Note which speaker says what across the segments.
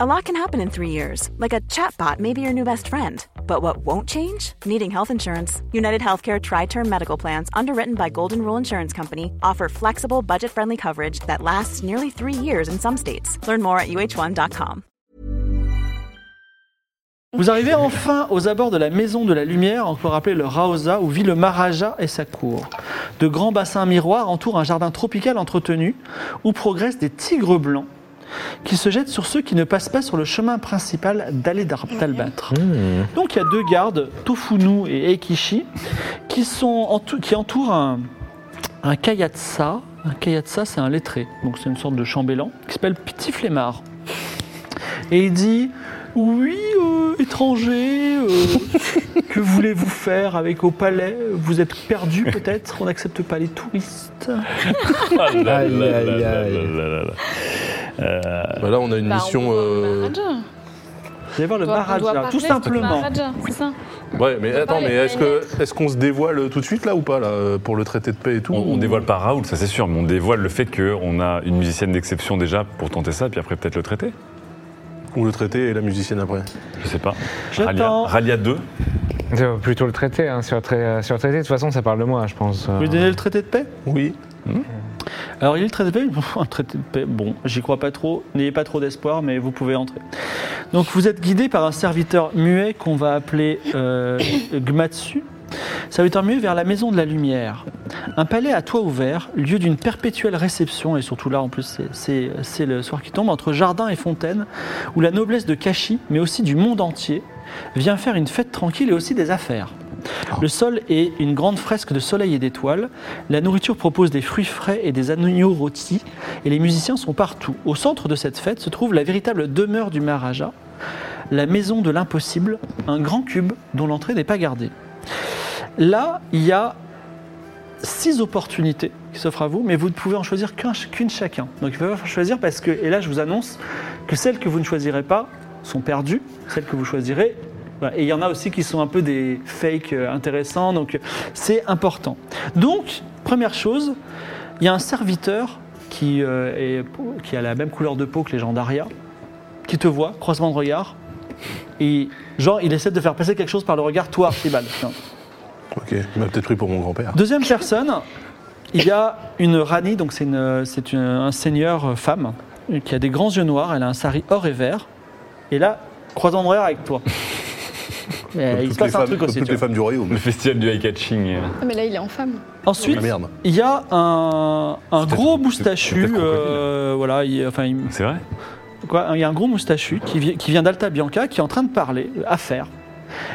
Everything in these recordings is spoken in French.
Speaker 1: A lot can happen in three years, like a chatbot may be your new best friend. But what won't change? Needing health insurance. United Healthcare Tri Term Medical Plans, underwritten by Golden Rule Insurance Company, offer flexible, budget friendly coverage that lasts nearly three years in some states. Learn more at uh1.com.
Speaker 2: Vous arrivez enfin aux abords de la Maison de la Lumière, encore appelée le Raosa, où vit le Maharaja et sa cour. De grands bassins miroirs entourent un jardin tropical entretenu, où progressent des tigres blancs qui se jettent sur ceux qui ne passent pas sur le chemin principal d'Allée d'Albâtre. Donc il y a deux gardes, Tofunu et Eikishi, qui, sont entou- qui entourent un, un kayatsa. Un kayatsa, c'est un lettré, donc c'est une sorte de chambellan, qui s'appelle Petit Flemmard. Et il dit Oui, euh, étranger, euh, que voulez-vous faire avec au palais Vous êtes perdu peut-être On n'accepte pas les touristes.
Speaker 3: Ah là là
Speaker 4: Aïe,
Speaker 3: là
Speaker 4: aïe,
Speaker 3: là
Speaker 4: aïe.
Speaker 3: là là là. Euh,
Speaker 4: Bah là, on a une mission. euh,
Speaker 2: Vous allez voir le Maharaja,
Speaker 5: Maharaja,
Speaker 2: tout simplement.
Speaker 5: Maharaja, c'est ça
Speaker 4: Ouais, mais
Speaker 5: peut pas
Speaker 4: attends,
Speaker 5: les
Speaker 4: mais est-ce que est-ce qu'on se dévoile tout de suite là ou pas là euh, pour le traité de paix et tout
Speaker 3: on, on
Speaker 4: Ou-
Speaker 3: dévoile pas Raoul, ça c'est sûr, mais on dévoile le fait qu'on a une musicienne d'exception déjà pour tenter ça, puis après peut-être le traiter.
Speaker 4: ou le traité et la musicienne après.
Speaker 3: Je sais pas. Ralia,
Speaker 2: J'attends.
Speaker 3: Ralia 2.
Speaker 6: Euh, Plutôt le traité, hein, sur, le trai- sur le traité, de toute façon, ça parle de moi, je pense. euh.
Speaker 2: Vous lui donnez le traité de paix
Speaker 4: Oui.
Speaker 2: Alors il est très épais, un traité de paix, bon, j'y crois pas trop, n'ayez pas trop d'espoir, mais vous pouvez entrer. Donc vous êtes guidé par un serviteur muet qu'on va appeler euh, Gmatsu. Serviteur muet vers la maison de la lumière. Un palais à toit ouvert, lieu d'une perpétuelle réception, et surtout là en plus c'est- c'est c'est le soir qui tombe, entre jardin et fontaine, où la noblesse de Kashi, mais aussi du monde entier, vient faire une fête tranquille et aussi des affaires. Le sol est une grande fresque de soleil et d'étoiles. La nourriture propose des fruits frais et des agneaux rôtis. Et les musiciens sont partout. Au centre de cette fête se trouve la véritable demeure du Maharaja, la maison de l'impossible, un grand cube dont l'entrée n'est pas gardée. Là, il y a six opportunités qui s'offrent à vous, mais vous ne pouvez en choisir qu'un- qu'une chacun. Donc il va falloir choisir parce que, et là je vous annonce que celles que vous ne choisirez pas sont perdues, celles que vous choisirez, voilà. et il y en a aussi qui sont un peu des fakes euh, intéressants, donc euh, c'est important. Donc, première chose, il y a un serviteur qui, euh, est- qui a la même couleur de peau que les gens d'Aria, qui te voit, croisement de regard, et genre il essaie de faire passer quelque chose par le regard, toi Archibald. Tiens.
Speaker 4: Ok. Il m'a peut-être pris pour mon grand-père.
Speaker 2: Deuxième personne, il y a une Rani, donc c'est une- c'est une- un seigneur euh, femme euh, qui a des grands yeux noirs, elle a un sari or et vert. Et là, croisant de regard avec toi. Euh,
Speaker 4: Comme
Speaker 2: il
Speaker 4: toutes
Speaker 2: se passe
Speaker 4: les
Speaker 2: un
Speaker 4: femmes-
Speaker 2: truc
Speaker 4: comme
Speaker 2: aussi.
Speaker 4: Toutes
Speaker 2: tu
Speaker 4: les
Speaker 2: vois.
Speaker 4: femmes du royaume.
Speaker 3: Le festival du high catching.
Speaker 5: Ah, Mais là, il est en femme.
Speaker 2: Ensuite,
Speaker 4: Ah, merde.
Speaker 2: il y a un, un gros moustachu,
Speaker 3: peut-être crocodile.
Speaker 2: euh, voilà, il, enfin, il-
Speaker 3: C'est vrai
Speaker 2: quoi, hein, il y a un gros moustachu qui, vi- qui vient d'Alta Bianca, qui est en train de parler, euh, à faire.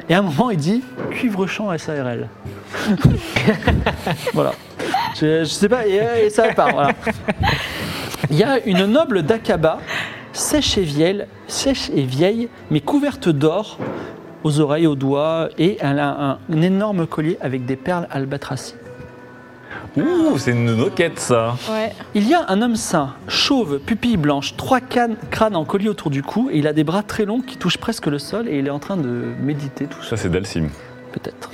Speaker 2: Et à un moment, il dit cuivre champ SARL. voilà. Je, je sais pas, et, et ça part. Voilà. Il y a une noble d'Akaba, sèche et vieille, sèche et vieille, mais couverte d'or, aux oreilles, aux doigts, et elle a un, un énorme collier avec des perles albatracies.
Speaker 3: Ouh, c'est une noquette ça.
Speaker 5: Ouais.
Speaker 2: Il y a un homme sain, chauve, pupille blanche, trois cannes, crânes en collier autour du cou, et il a des bras très longs qui touchent presque le sol, et il est en train de méditer tout
Speaker 3: Ça
Speaker 2: seul,
Speaker 3: c'est Dalsim.
Speaker 2: peut-être.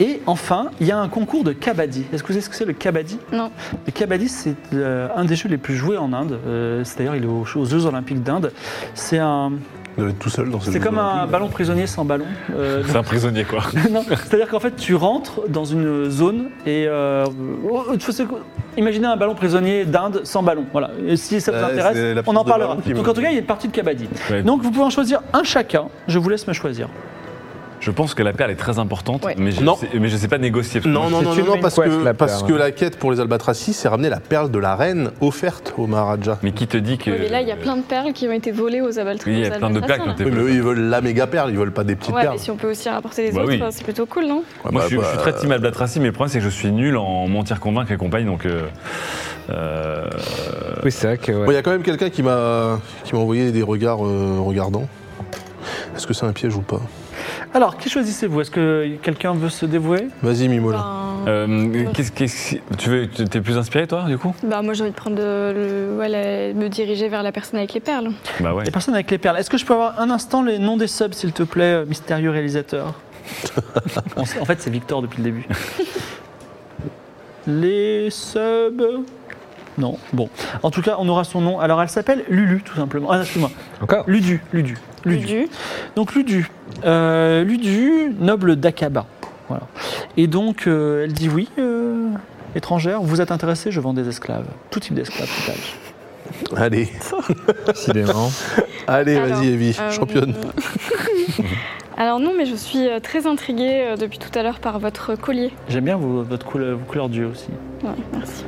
Speaker 2: Et enfin, il y a un concours de kabaddi. Est-ce que vous savez ce que c'est le kabaddi
Speaker 5: Non.
Speaker 2: Le kabaddi, c'est euh, un des jeux les plus joués en Inde. Euh, c'est d'ailleurs, il est aux, aux Jeux Olympiques d'Inde. C'est un,
Speaker 4: Il doit être tout seul dans ce
Speaker 2: c'est
Speaker 4: jeu
Speaker 2: comme un
Speaker 4: olympique.
Speaker 2: ballon prisonnier sans ballon. Euh,
Speaker 3: C'est un prisonnier quoi.
Speaker 2: non, c'est-à-dire qu'en fait, tu rentres dans une zone et euh, oh, tu sais quoi, imaginez un ballon prisonnier d'Inde sans ballon. Voilà. Et si ça vous
Speaker 4: Ouais, Euh, c'est la
Speaker 2: intéresse, on
Speaker 4: prise
Speaker 2: en
Speaker 4: de
Speaker 2: parlera.
Speaker 4: ballon qui
Speaker 2: Donc
Speaker 4: me-
Speaker 2: en tout cas, il y a une partie de Kabaddi.
Speaker 3: Ouais.
Speaker 2: Donc vous pouvez en choisir un chacun. Je vous laisse me choisir.
Speaker 3: Je pense que la perle est très importante,
Speaker 5: Ouais.
Speaker 3: mais, je
Speaker 4: Non.
Speaker 3: sais, mais je sais pas négocier. parce que
Speaker 4: Non, non,
Speaker 6: C'est
Speaker 4: non,
Speaker 6: une
Speaker 4: non, non,
Speaker 6: main
Speaker 4: parce,
Speaker 6: quest,
Speaker 4: que,
Speaker 6: la
Speaker 4: parce
Speaker 6: perle.
Speaker 2: hein.
Speaker 4: que la quête pour les albatracis, c'est ramener la perle de la reine offerte au Maharaja.
Speaker 3: Mais qui te dit que.
Speaker 5: Ouais, mais là, il y a plein de perles qui ont été volées aux abaltres.
Speaker 3: Oui, il y a plein de plaques.
Speaker 5: Ouais,
Speaker 3: dans tes-
Speaker 4: Oui, mais eux, ils veulent la méga perle, ils veulent pas des petites perles.
Speaker 5: mais si on peut aussi rapporter les
Speaker 3: Bah
Speaker 5: autres, euh,
Speaker 3: oui.
Speaker 5: c'est plutôt cool, non
Speaker 4: Ouais,
Speaker 3: Moi,
Speaker 4: bah,
Speaker 3: je, suis, je suis
Speaker 4: bah,
Speaker 3: très team Albatracy, mais le problème, c'est que je suis nul en mentir, convaincre et compagnie. Donc, euh, euh,
Speaker 6: Oui, c'est vrai que. ouais.
Speaker 4: Bon, Il y a quand même quelqu'un qui m'a qui m'a envoyé des regards euh, regardants. Est-ce que c'est un piège ou pas
Speaker 2: Alors, qui choisissez-vous Est-ce que quelqu'un veut se dévouer
Speaker 4: Vas-y Mimola.
Speaker 5: Ben,
Speaker 3: euh, qu'est-ce- qu'est-ce- tu veux, tu- t'es plus inspiré, toi, du coup
Speaker 5: bah, moi, j'ai envie de prendre de, le- ouais, la- me diriger vers la personne avec les perles.
Speaker 3: Bah ouais.
Speaker 2: Les personnes avec les perles. Est-ce que je peux avoir un instant les noms des subs, s'il te plaît, euh, mystérieux réalisateur On sait- En fait, c'est Victor depuis le début. Les subs. Non, bon. En tout cas, on aura son nom. Alors, elle s'appelle Lulu, tout simplement. Ah, excuse-moi.
Speaker 6: Encore
Speaker 2: Ludu, Ludu, Ludu.
Speaker 5: Du.
Speaker 2: Donc Ludu, euh, Ludu, noble d'Akaba. Voilà. Et donc, euh, elle dit oui, euh, étrangère, vous êtes intéressée, je vends des esclaves. Tout type d'esclaves, tout âge.
Speaker 4: Allez,
Speaker 6: Décidément.
Speaker 4: allez,
Speaker 5: Alors,
Speaker 4: vas-y, Evie,
Speaker 5: euh,
Speaker 4: championne.
Speaker 5: Alors non, mais je suis euh, très intriguée euh, depuis tout à l'heure par votre collier.
Speaker 2: J'aime bien vos- votre couleur, vos couleurs d'yeux aussi.
Speaker 5: Ouais, merci.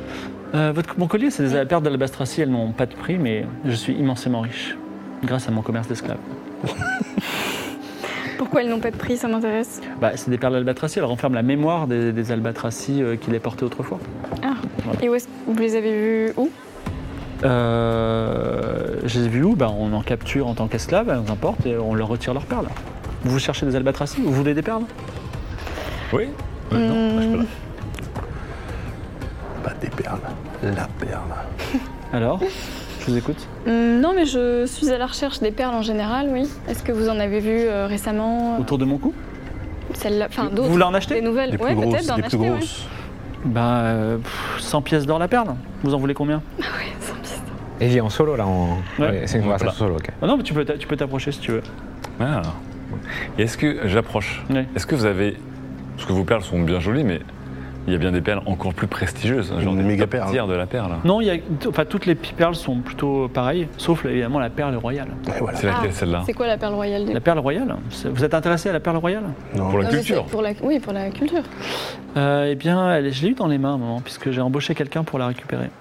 Speaker 2: Euh, votre, mon collier, c'est des perles d'albastracie, elles n'ont pas de prix, mais je suis immensément riche. Grâce à mon commerce d'esclaves.
Speaker 5: Pourquoi elles n'ont pas de prix Ça m'intéresse.
Speaker 2: Bah, c'est des perles d'albatracie, elles renferment la mémoire des, des albatracies euh, qui les portaient autrefois.
Speaker 5: Et où est-ce que vous les avez vues où
Speaker 2: Euh, je les ai vus où Bah, On en capture en tant qu'esclaves, on les importe et on leur retire leurs perles. Vous cherchez des albatracies Vous voulez des perles
Speaker 3: Oui Ouais, non, bah, je peux
Speaker 5: Hum,
Speaker 3: la-
Speaker 4: Pas des perles, la perle.
Speaker 2: Alors Je vous écoute.
Speaker 5: hum, Non, mais je suis à la recherche des perles en général, oui. Est-ce que vous en avez vu euh, récemment
Speaker 2: Autour de mon cou
Speaker 5: Celle-là, enfin
Speaker 2: Vous
Speaker 5: d'autres.
Speaker 2: voulez en
Speaker 5: Des
Speaker 2: acheter
Speaker 5: nouvelles,
Speaker 4: Les plus
Speaker 5: ouais, peut-être
Speaker 4: grosses,
Speaker 5: d'en
Speaker 4: les
Speaker 5: acheter.
Speaker 4: plus
Speaker 5: ouais.
Speaker 4: grosses.
Speaker 2: Bah, euh, pff, 100 pièces d'or la perle. Vous en voulez combien
Speaker 5: Ouais, sans piste.
Speaker 6: Et vient en solo là. En...
Speaker 2: Ouais.
Speaker 6: Ouais, c'est une
Speaker 3: Voilà.
Speaker 6: conversation solo, ok.
Speaker 2: Ah Non, mais tu peux t'a- tu peux t'approcher si tu veux.
Speaker 3: Ah. Et Est-ce que j'approche
Speaker 2: Oui.
Speaker 3: Est-ce que vous avez. Parce que vos perles sont bien jolies, mais il y a bien des perles encore plus prestigieuses. hein, Genre
Speaker 4: Une
Speaker 3: des
Speaker 4: méga
Speaker 3: top
Speaker 4: perle.
Speaker 3: tiers de la perle.
Speaker 5: Ah.
Speaker 2: Non, il y a, t- enfin, toutes les p- perles sont plutôt pareilles, sauf là, évidemment la perle royale.
Speaker 4: Et voilà.
Speaker 3: C'est laquelle
Speaker 5: Ah.
Speaker 3: celle-là
Speaker 5: C'est quoi la perle royale des-
Speaker 2: La perle royale c'est- Vous êtes intéressé à la perle royale
Speaker 4: Non.
Speaker 3: Pour la
Speaker 5: Non, mais c'est
Speaker 3: culture.
Speaker 5: pour la- Oui, pour la culture.
Speaker 2: Euh, Eh bien, elle est- je l'ai eu dans les mains à un moment, puisque j'ai embauché quelqu'un pour la récupérer.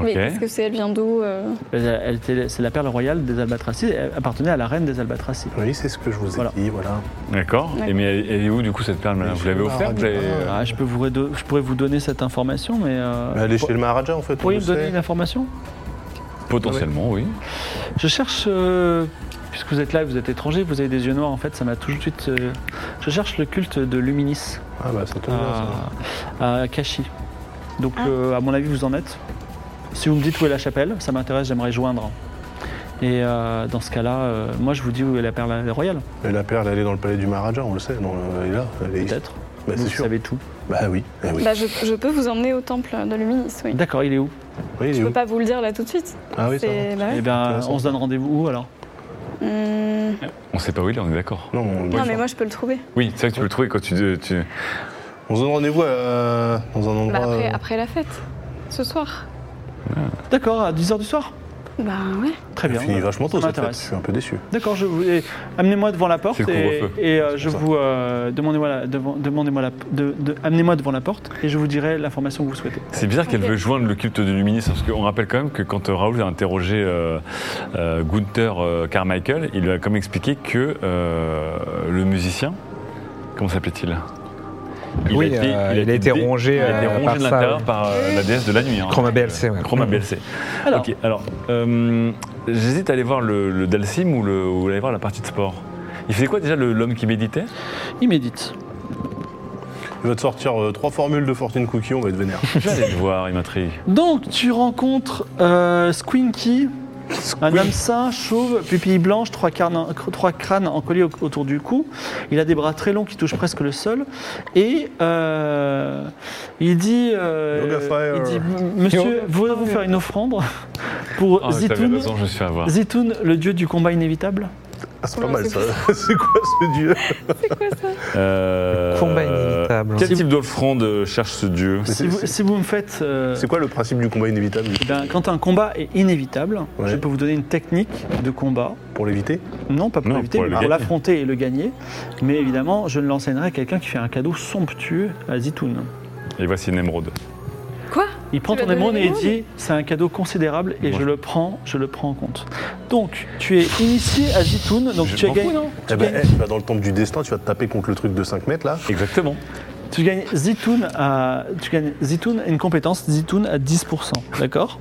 Speaker 5: Oui,
Speaker 3: Ok.
Speaker 5: parce que c'est elle vient d'où euh,
Speaker 2: Elle- elle était- C'est la perle royale des albatracies, elle appartenait à la reine des albatracies.
Speaker 4: Oui, c'est ce que je vous ai
Speaker 2: Voilà.
Speaker 4: dit, voilà.
Speaker 3: D'accord.
Speaker 5: Ouais.
Speaker 3: Et mais elle, elle est où du coup cette perle là
Speaker 4: Mais
Speaker 3: Vous
Speaker 4: je
Speaker 3: l'avez
Speaker 4: sais pas,
Speaker 3: offerte
Speaker 4: Rabi-
Speaker 3: vous l'avez- euh,
Speaker 4: Ah.
Speaker 2: Ah, je, peux vous redo- je pourrais vous donner cette information, mais... euh,
Speaker 4: Mais elle est Bah, chez le Maharaja, en fait. on
Speaker 2: pourriez
Speaker 4: le
Speaker 2: me donner
Speaker 4: sait.
Speaker 2: une information
Speaker 3: Potentiellement, oui.
Speaker 2: Je cherche, euh, puisque vous êtes là, et vous êtes étranger, vous avez des yeux noirs en fait, ça m'a tout de suite. euh, je cherche le culte de Luminis
Speaker 4: Ah bah, ça tombe bien, ça.
Speaker 2: Euh, à, à Kashi. Donc,
Speaker 5: Ah.
Speaker 2: euh, à mon avis, vous en êtes. Si vous me dites où est la chapelle, ça m'intéresse, j'aimerais joindre. Et euh, dans ce cas-là, euh, moi je vous dis où est la perle royale,
Speaker 4: Mais la perle, elle est dans le palais du Maharaja, on le sait. Non, elle est là. Elle est ici.
Speaker 2: peut-être.
Speaker 4: Bah,
Speaker 2: vous
Speaker 4: c'est sûr.
Speaker 2: savez tout.
Speaker 4: Bah oui. eh oui.
Speaker 5: Bah, je, je peux vous emmener au temple de Luminis, oui.
Speaker 2: D'accord, il est où
Speaker 4: Oui, il est
Speaker 5: Je peux
Speaker 4: où
Speaker 5: pas vous le dire là tout de suite.
Speaker 4: Ah oui, ça
Speaker 5: C'est- bah
Speaker 2: Eh
Speaker 5: ouais.
Speaker 2: bien,
Speaker 4: intéressant.
Speaker 2: on se donne rendez-vous où alors
Speaker 5: Hum,
Speaker 3: On sait pas où il est, on est d'accord.
Speaker 4: Non, on,
Speaker 5: Non, mais moi je peux le trouver.
Speaker 3: Oui, c'est vrai que tu peux le trouver quand tu. tu-
Speaker 4: on se donne rendez-vous euh, dans un
Speaker 5: Bah,
Speaker 4: endroit.
Speaker 5: après,
Speaker 4: euh,
Speaker 5: après la fête, ce soir.
Speaker 2: D'accord, à 10h du soir
Speaker 5: Bah ouais.
Speaker 2: Très bien.
Speaker 4: Elle finit vachement tôt
Speaker 2: ça
Speaker 4: cette fête. Je
Speaker 2: m'intéresse.
Speaker 4: suis un peu déçu.
Speaker 2: D'accord, je vous et amenez-moi devant la porte
Speaker 3: C'est le
Speaker 2: et,
Speaker 3: couvre-feu.
Speaker 2: et, euh, je
Speaker 4: pour ça.
Speaker 2: vous euh, demandez-moi la, devant- demandez-moi la de- de- amenez-moi devant la porte et je vous dirai l'information que vous souhaitez.
Speaker 3: C'est bizarre qu'elle
Speaker 5: Ok.
Speaker 3: veut joindre le culte de Luminis, parce qu'on rappelle quand même que quand euh, Raoul a interrogé euh, euh, Gunther euh, Carmichael, il lui a comme expliqué que euh, le musicien, comment s'appelait-il
Speaker 6: Oui, euh, il a été
Speaker 3: dé-
Speaker 6: rongé,
Speaker 3: il a été
Speaker 6: euh,
Speaker 3: rongé
Speaker 6: par
Speaker 3: de
Speaker 6: ça,
Speaker 3: l'intérieur
Speaker 6: oui.
Speaker 3: par euh, la déesse de la nuit. hein.
Speaker 6: Chroma BLC, ouais.
Speaker 3: Chroma BLC.
Speaker 2: Alors,
Speaker 3: Ok, alors, euh, j'hésite à aller voir le, le Dalsim ou, le- ou aller voir la partie de sport. Il faisait quoi déjà le- l'homme qui méditait
Speaker 2: il médite.
Speaker 4: Il va te sortir euh, trois formules de Fortune Cookie, on va être vénère.
Speaker 3: Je vais aller le voir, il m'intrigue.
Speaker 2: Donc tu rencontres euh, Squinky, un homme sain, chauve, pupille blanche, trois, carnes- trois crânes encollés au- autour du cou. Il a des bras très longs qui touchent presque le sol et euh, il dit euh,
Speaker 4: Yoga fire.
Speaker 2: il dit Monsieur, voulez-vous faire une offrande pour
Speaker 3: Ah, t'avais
Speaker 2: Zitoun
Speaker 3: raison, je me suis fait avoir.
Speaker 2: Zitoun, le dieu du combat inévitable
Speaker 4: Ah, c'est
Speaker 5: Ouais,
Speaker 4: pas mal
Speaker 5: c'est
Speaker 4: ça. c'est quoi ce dieu
Speaker 5: C'est quoi ça
Speaker 3: Euh,
Speaker 6: Le combat inévitable.
Speaker 3: Quel type d'offrande cherche ce dieu
Speaker 4: Mais
Speaker 2: si
Speaker 4: c'est-
Speaker 2: vous,
Speaker 4: c'est-
Speaker 2: si vous me faites. euh,
Speaker 4: C'est quoi le principe du combat inévitable
Speaker 2: eh ben, quand un combat est inévitable,
Speaker 4: Ouais.
Speaker 2: je peux vous donner une technique de combat.
Speaker 4: Pour l'éviter
Speaker 2: Non, pas pour
Speaker 3: Non,
Speaker 2: l'éviter,
Speaker 3: pour
Speaker 2: mais
Speaker 3: le
Speaker 2: pour
Speaker 3: gagner.
Speaker 2: l'affronter et le gagner. Mais évidemment, je ne l'enseignerai à quelqu'un qui fait un cadeau somptueux à Zitoun.
Speaker 3: Et voici une émeraude.
Speaker 5: Quoi
Speaker 4: Ah,
Speaker 2: Il prend
Speaker 5: Tu vas
Speaker 2: ton émeraude
Speaker 5: donner
Speaker 2: et il
Speaker 5: l'émeraude
Speaker 2: dit c'est un cadeau considérable et
Speaker 3: Moi,
Speaker 2: je le prends, je le prends en compte. Donc, tu es initié à Zitoun, donc
Speaker 3: Je
Speaker 2: tu as
Speaker 3: m'en
Speaker 2: gagné.
Speaker 3: fous,
Speaker 4: Eh
Speaker 2: tu,
Speaker 4: ben,
Speaker 2: gagnes,
Speaker 4: eh, tu vas dans le temple du destin, tu vas te taper contre le truc de 5 mètres là.
Speaker 2: Ah,
Speaker 3: Exactement.
Speaker 2: tu gagnes Zitoun à tu gagnes Zitoun une compétence Zitoun à 10%, d'accord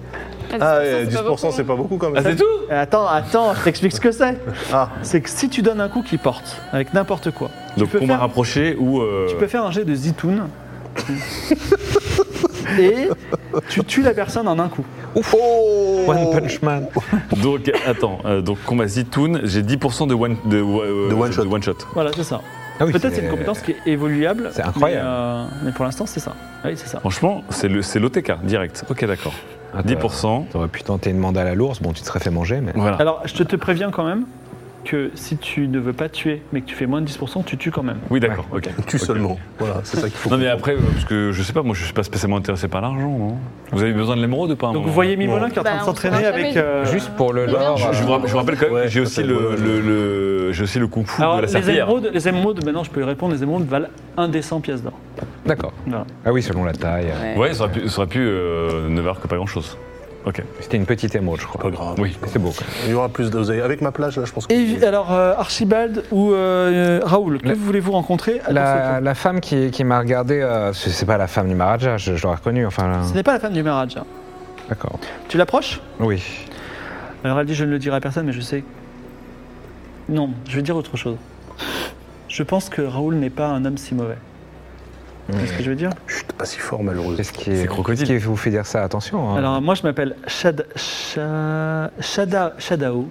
Speaker 4: Ah,
Speaker 5: ouais,
Speaker 4: ouais, 10%,
Speaker 5: hein.
Speaker 4: c'est pas beaucoup quand même.
Speaker 3: Ah, c'est tout
Speaker 2: Attends, attends, je t'explique ce que c'est.
Speaker 4: Ah,
Speaker 2: C'est que si tu donnes un coup qui porte, avec n'importe quoi,
Speaker 3: Donc
Speaker 2: peux
Speaker 3: combat
Speaker 2: faire-
Speaker 3: rapproché ou. euh,
Speaker 2: tu peux faire un jet de zitoun. et tu tues la personne en un coup.
Speaker 6: One Punch Man.
Speaker 3: Donc attends, euh, donc combat Zitoun, j'ai 10% de one, de, euh,
Speaker 4: De one shot.
Speaker 3: de one shot.
Speaker 2: Voilà, c'est ça.
Speaker 6: Ah oui,
Speaker 2: Peut-être c'est une compétence qui est évoluable.
Speaker 6: c'est incroyable.
Speaker 2: Mais, euh, mais pour l'instant, c'est ça. Oui, c'est ça.
Speaker 3: Franchement, c'est le- c'est l'OTK direct. Ok, d'accord.
Speaker 6: Ah, t'as-
Speaker 3: 10%.
Speaker 6: T'aurais pu tenter une mandale à l'ours, bon, tu te serais fait manger, mais.
Speaker 3: Voilà.
Speaker 2: Alors, je te, te préviens quand même que si tu ne veux pas tuer, mais que tu fais moins de 10%, tu tues quand même.
Speaker 3: Oui, d'accord. Ok.
Speaker 4: Tu
Speaker 3: Ok.
Speaker 4: seulement. Voilà, c'est ça qu'il faut.
Speaker 3: Non, mais après, euh, parce que je sais pas, moi je suis pas spécialement intéressé par l'argent. non Vous avez besoin de l'émeraude ou pas à un
Speaker 2: Donc,
Speaker 3: moment
Speaker 2: vous voyez Mimolin qui est en
Speaker 5: Bah,
Speaker 2: train de
Speaker 5: on
Speaker 2: s'entraîner
Speaker 5: saura
Speaker 2: avec.
Speaker 5: jamais.
Speaker 2: euh,
Speaker 6: Juste pour le euh,
Speaker 5: Eh bien,
Speaker 6: lore.
Speaker 5: je-
Speaker 3: Je, je vous rapp- je vous rappelle quand même
Speaker 4: Ouais,
Speaker 3: que j'ai
Speaker 4: ça
Speaker 3: aussi
Speaker 4: fait
Speaker 3: le,
Speaker 4: bon.
Speaker 3: le, le- j'ai aussi le kung fu
Speaker 2: Alors,
Speaker 3: de la
Speaker 2: les
Speaker 3: serpillière.
Speaker 2: émeraudes, les émeraudes, maintenant je peux répondre, les émeraudes valent 100 pièces d'or.
Speaker 6: D'accord.
Speaker 2: Voilà.
Speaker 6: Ah oui, selon la taille.
Speaker 3: Ouais, ça aurait pu, ça aurait pu euh, ne valeur que pas grand chose. Ok.
Speaker 6: C'était une petite émeraude, je crois.
Speaker 4: Pas grave.
Speaker 3: Oui.
Speaker 6: C'est beau.
Speaker 4: Il y aura plus d'oseille. Avec ma plage, là, je pense que.
Speaker 2: Et alors, euh, Archibald ou euh, Raoul, que
Speaker 6: La-
Speaker 2: voulez-vous rencontrer à
Speaker 6: La,
Speaker 2: Dorset
Speaker 6: la femme qui, qui m'a regardé, euh, c'est c'est pas la femme du Maharaja, je, je l'aurais reconnue, enfin. là.
Speaker 2: Ce n'est pas la femme du Maharaja.
Speaker 6: D'accord.
Speaker 2: Tu l'approches
Speaker 6: Oui.
Speaker 2: Alors, elle dit Je ne le dirai à personne, mais je sais. Non, je vais dire autre chose. Je pense que Raoul n'est pas un homme si mauvais. C'est ce que je veux dire
Speaker 4: Chut, pas si fort, malheureusement.
Speaker 6: Qu'est-ce qui,
Speaker 3: crocodile.
Speaker 6: qu'est-ce qui vous fait dire ça Attention. hein.
Speaker 2: Alors, moi, je m'appelle Shad... Sha- Shada... Shadao.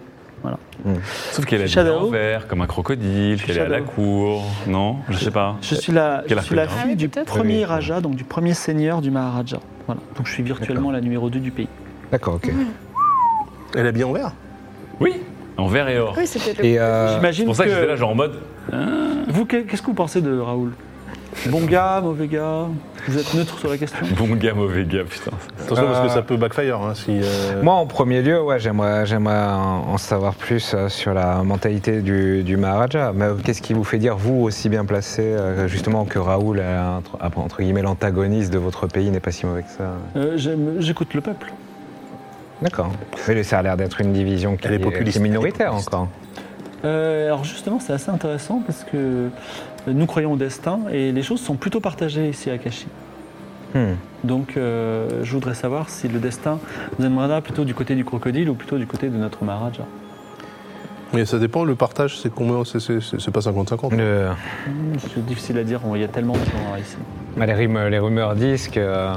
Speaker 3: Sauf qu'elle a des
Speaker 2: Shadow.
Speaker 3: dents verts, comme un crocodile, qu'elle est à la
Speaker 2: Shadow.
Speaker 3: cour. Non, je sais pas.
Speaker 2: Je suis la,
Speaker 3: Quel
Speaker 2: je suis la
Speaker 3: arc, hein
Speaker 2: fille
Speaker 5: Ah oui,
Speaker 2: du
Speaker 5: peut-être.
Speaker 2: premier
Speaker 6: Oui.
Speaker 2: Raja, donc du premier seigneur du Maharaja. Voilà. Donc, je suis virtuellement la numéro 2 du pays.
Speaker 6: D'accord, ok.
Speaker 4: Elle est bien en vert
Speaker 3: Oui. En vert et or.
Speaker 5: Oui, c'était le.
Speaker 6: Et euh,
Speaker 3: Ah, C'est
Speaker 2: J'imagine
Speaker 3: pour ça que,
Speaker 2: que-
Speaker 3: j'étais là, genre en mode.
Speaker 2: Vous, que- qu'est-ce que vous pensez de Raoul Bon gars, mauvais gars Vous êtes neutre sur la question
Speaker 3: Bon gars, mauvais gars, putain.
Speaker 4: Attention, parce
Speaker 6: Euh,
Speaker 4: que ça peut backfire. Hein, si, euh,
Speaker 6: moi, en premier lieu, ouais, j'aimerais, j'aimerais en en savoir plus euh, sur la mentalité du, du Maharaja. Mais euh, qu'est-ce qui vous fait dire, vous aussi bien placé, euh, justement, que Raoul, euh, entre, entre guillemets, l'antagoniste de votre pays, n'est pas si mauvais que ça
Speaker 2: Euh, j'aime- J'écoute le peuple.
Speaker 6: D'accord. Mais ça a l'air d'être une division qui,
Speaker 4: Elle est
Speaker 6: qui
Speaker 4: populiste,
Speaker 6: minoritaire
Speaker 4: elle est populiste.
Speaker 6: encore.
Speaker 2: Euh, alors justement, c'est assez intéressant parce que euh, nous croyons au destin et les choses sont plutôt partagées ici à Kashi.
Speaker 6: Hmm.
Speaker 2: Donc euh, je voudrais savoir si le destin nous amènera plutôt du côté du crocodile ou plutôt du côté de notre Maharaja.
Speaker 4: Mais ça dépend, le partage, c'est combien C'est- C'est c'est pas 50-50.
Speaker 6: Le-
Speaker 2: Hmm, C'est difficile à dire, on- il y a tellement de gens ici.
Speaker 6: Bah, les, rume- les rumeurs disent que, euh,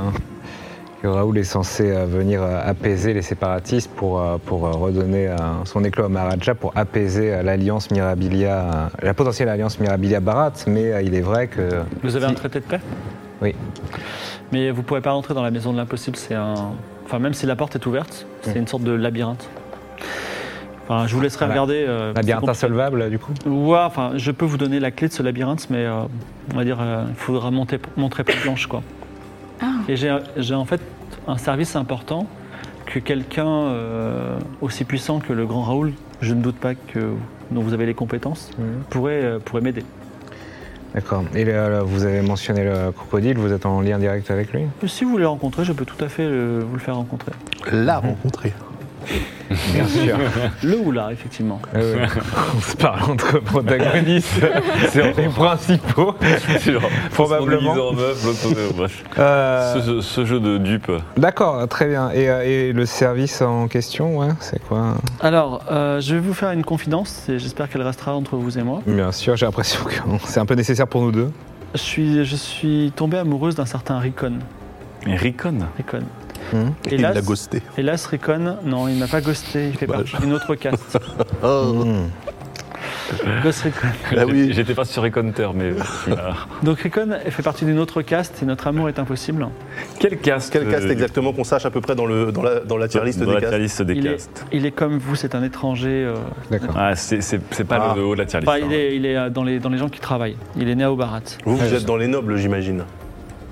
Speaker 6: que Raoul est censé euh, venir euh, apaiser les séparatistes pour, euh, pour euh, redonner euh, son éclat au Maharaja, pour apaiser euh, l'alliance Mirabilia, euh, la potentielle alliance Mirabilia-Barat. Mais euh, il est vrai que.
Speaker 2: Vous avez
Speaker 6: si-
Speaker 2: un traité de paix
Speaker 6: Oui.
Speaker 2: Mais vous ne pouvez pas rentrer dans la maison de l'impossible, c'est un... Enfin, même si la porte est ouverte, c'est une sorte de labyrinthe. Enfin, je vous laisserai
Speaker 6: Voilà.
Speaker 2: regarder. euh,
Speaker 6: Un bien
Speaker 2: c'est compliqué.
Speaker 6: insolvable, du coup
Speaker 2: Ouais, enfin, je peux vous donner la clé de ce labyrinthe, mais euh, on va dire, euh, il faudra monter, montrer plus blanche, quoi. Et j'ai j'ai en fait un service important que quelqu'un euh, aussi puissant que le grand Raoul, je ne doute pas que dont vous avez les compétences,
Speaker 6: Mhm.
Speaker 2: pourrait, euh, pourrait m'aider.
Speaker 6: D'accord. Et le- le- vous avez mentionné le crocodile, vous êtes en lien direct avec lui
Speaker 2: Et Si vous voulez le rencontrer, je peux tout à fait euh, vous le faire rencontrer.
Speaker 4: La rencontrer.
Speaker 6: Bien sûr. Euh,
Speaker 2: Le ou là, effectivement.
Speaker 6: on se parle entre protagonistes, les principaux.
Speaker 3: C'est genre,
Speaker 6: Probablement.
Speaker 3: on se déguise en meuf, l'autre, euh, bref.
Speaker 6: Euh,
Speaker 3: Ce- ce- ce jeu de dupe.
Speaker 6: D'accord, très bien. Et, euh, et le service en question, ouais, c'est quoi
Speaker 2: Alors, euh, je vais vous faire une confidence et j'espère qu'elle restera entre vous et moi.
Speaker 6: Bien sûr, j'ai l'impression que c'est un peu nécessaire pour nous deux.
Speaker 2: Je suis, je suis tombé amoureuse d'un certain Ricon.
Speaker 3: Et Ricon.
Speaker 2: Ricon.
Speaker 6: Mhm.
Speaker 4: Il
Speaker 2: Hélas,
Speaker 4: l'a ghosté.
Speaker 2: hélas, Ricon, non, il n'a pas ghosté, il fait
Speaker 4: Dommage.
Speaker 2: partie d'une autre caste.
Speaker 4: Oh.
Speaker 2: Ghost Ricon.
Speaker 4: Bah
Speaker 3: J'ai-
Speaker 4: oui.
Speaker 3: J'étais pas sur Riconter, mais. voilà.
Speaker 2: Donc Ricon fait partie d'une autre caste et notre amour est impossible.
Speaker 3: Quel caste
Speaker 4: Quelle caste
Speaker 3: euh,
Speaker 4: exactement qu'on sache à peu près dans, le, dans, la, dans la tier list
Speaker 3: dans
Speaker 4: des
Speaker 3: la
Speaker 4: castes
Speaker 3: tier list des
Speaker 2: Il est-
Speaker 3: castes.
Speaker 2: Il est comme vous, c'est un étranger. euh,
Speaker 6: D'accord.
Speaker 3: Ah, c'est- c'est c'est pas
Speaker 4: Ah.
Speaker 3: le haut de la tier list.
Speaker 2: enfin,
Speaker 3: hein.
Speaker 2: il est, il est euh, dans, les, dans les gens qui travaillent. Il est né à Obarat.
Speaker 4: Vous, vous êtes dans les nobles, j'imagine.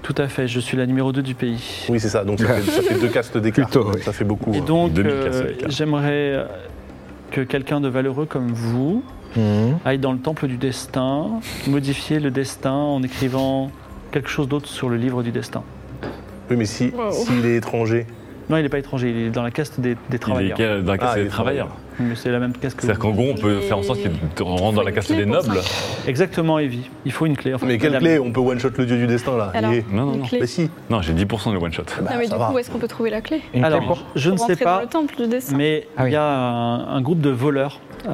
Speaker 2: Tout à fait, je suis la numéro 2 du pays.
Speaker 4: Oui, c'est ça. Donc ça fait, ça fait deux castes d'écart.
Speaker 6: Plutôt, oui.
Speaker 4: Ça fait beaucoup.
Speaker 2: Et
Speaker 4: hein.
Speaker 2: donc,
Speaker 3: 2000
Speaker 2: euh,
Speaker 3: cassettes, clairement.
Speaker 2: j'aimerais euh, que quelqu'un de valeureux comme vous
Speaker 6: Mhm.
Speaker 2: aille dans le temple du destin, modifier le destin en écrivant quelque chose d'autre sur le livre du destin.
Speaker 4: Oui, mais si-
Speaker 5: Wow.
Speaker 4: s'il est étranger,
Speaker 2: Non, il n'est pas étranger, il est dans la caste des, des
Speaker 3: Il est
Speaker 2: travailleurs.
Speaker 3: quel- dans la caste
Speaker 4: Ah, il
Speaker 3: des
Speaker 4: est
Speaker 3: travailleurs.
Speaker 2: Mais c'est la même caste que
Speaker 3: C'est-à-dire
Speaker 2: vous.
Speaker 3: qu'en gros, on peut
Speaker 5: Et-
Speaker 3: faire en sorte qu'il rentre dans la caste
Speaker 5: Faut une
Speaker 3: des
Speaker 5: clé pour
Speaker 3: nobles.
Speaker 2: Exactement, Evie. Il faut une clé. enfin,
Speaker 4: mais quelle
Speaker 2: la-
Speaker 4: clé On peut one shot le dieu du destin là.
Speaker 5: Alors,
Speaker 4: Il est-
Speaker 3: Non, non,
Speaker 5: une
Speaker 3: non.
Speaker 5: clé.
Speaker 4: Mais si.
Speaker 3: Non, j'ai 10% de one shot.
Speaker 4: Bah,
Speaker 5: non, mais
Speaker 4: ça
Speaker 5: du
Speaker 4: va.
Speaker 5: coup, où est-ce qu'on peut trouver la clé
Speaker 6: Une clé
Speaker 2: Alors,
Speaker 6: pour-
Speaker 2: je ne
Speaker 5: Pour
Speaker 2: sais
Speaker 5: rentrer dans
Speaker 2: pas,
Speaker 5: le temple du
Speaker 4: Mm.
Speaker 5: dessin.
Speaker 2: mais
Speaker 6: Ah oui.
Speaker 2: il y a un, un groupe de voleurs. euh,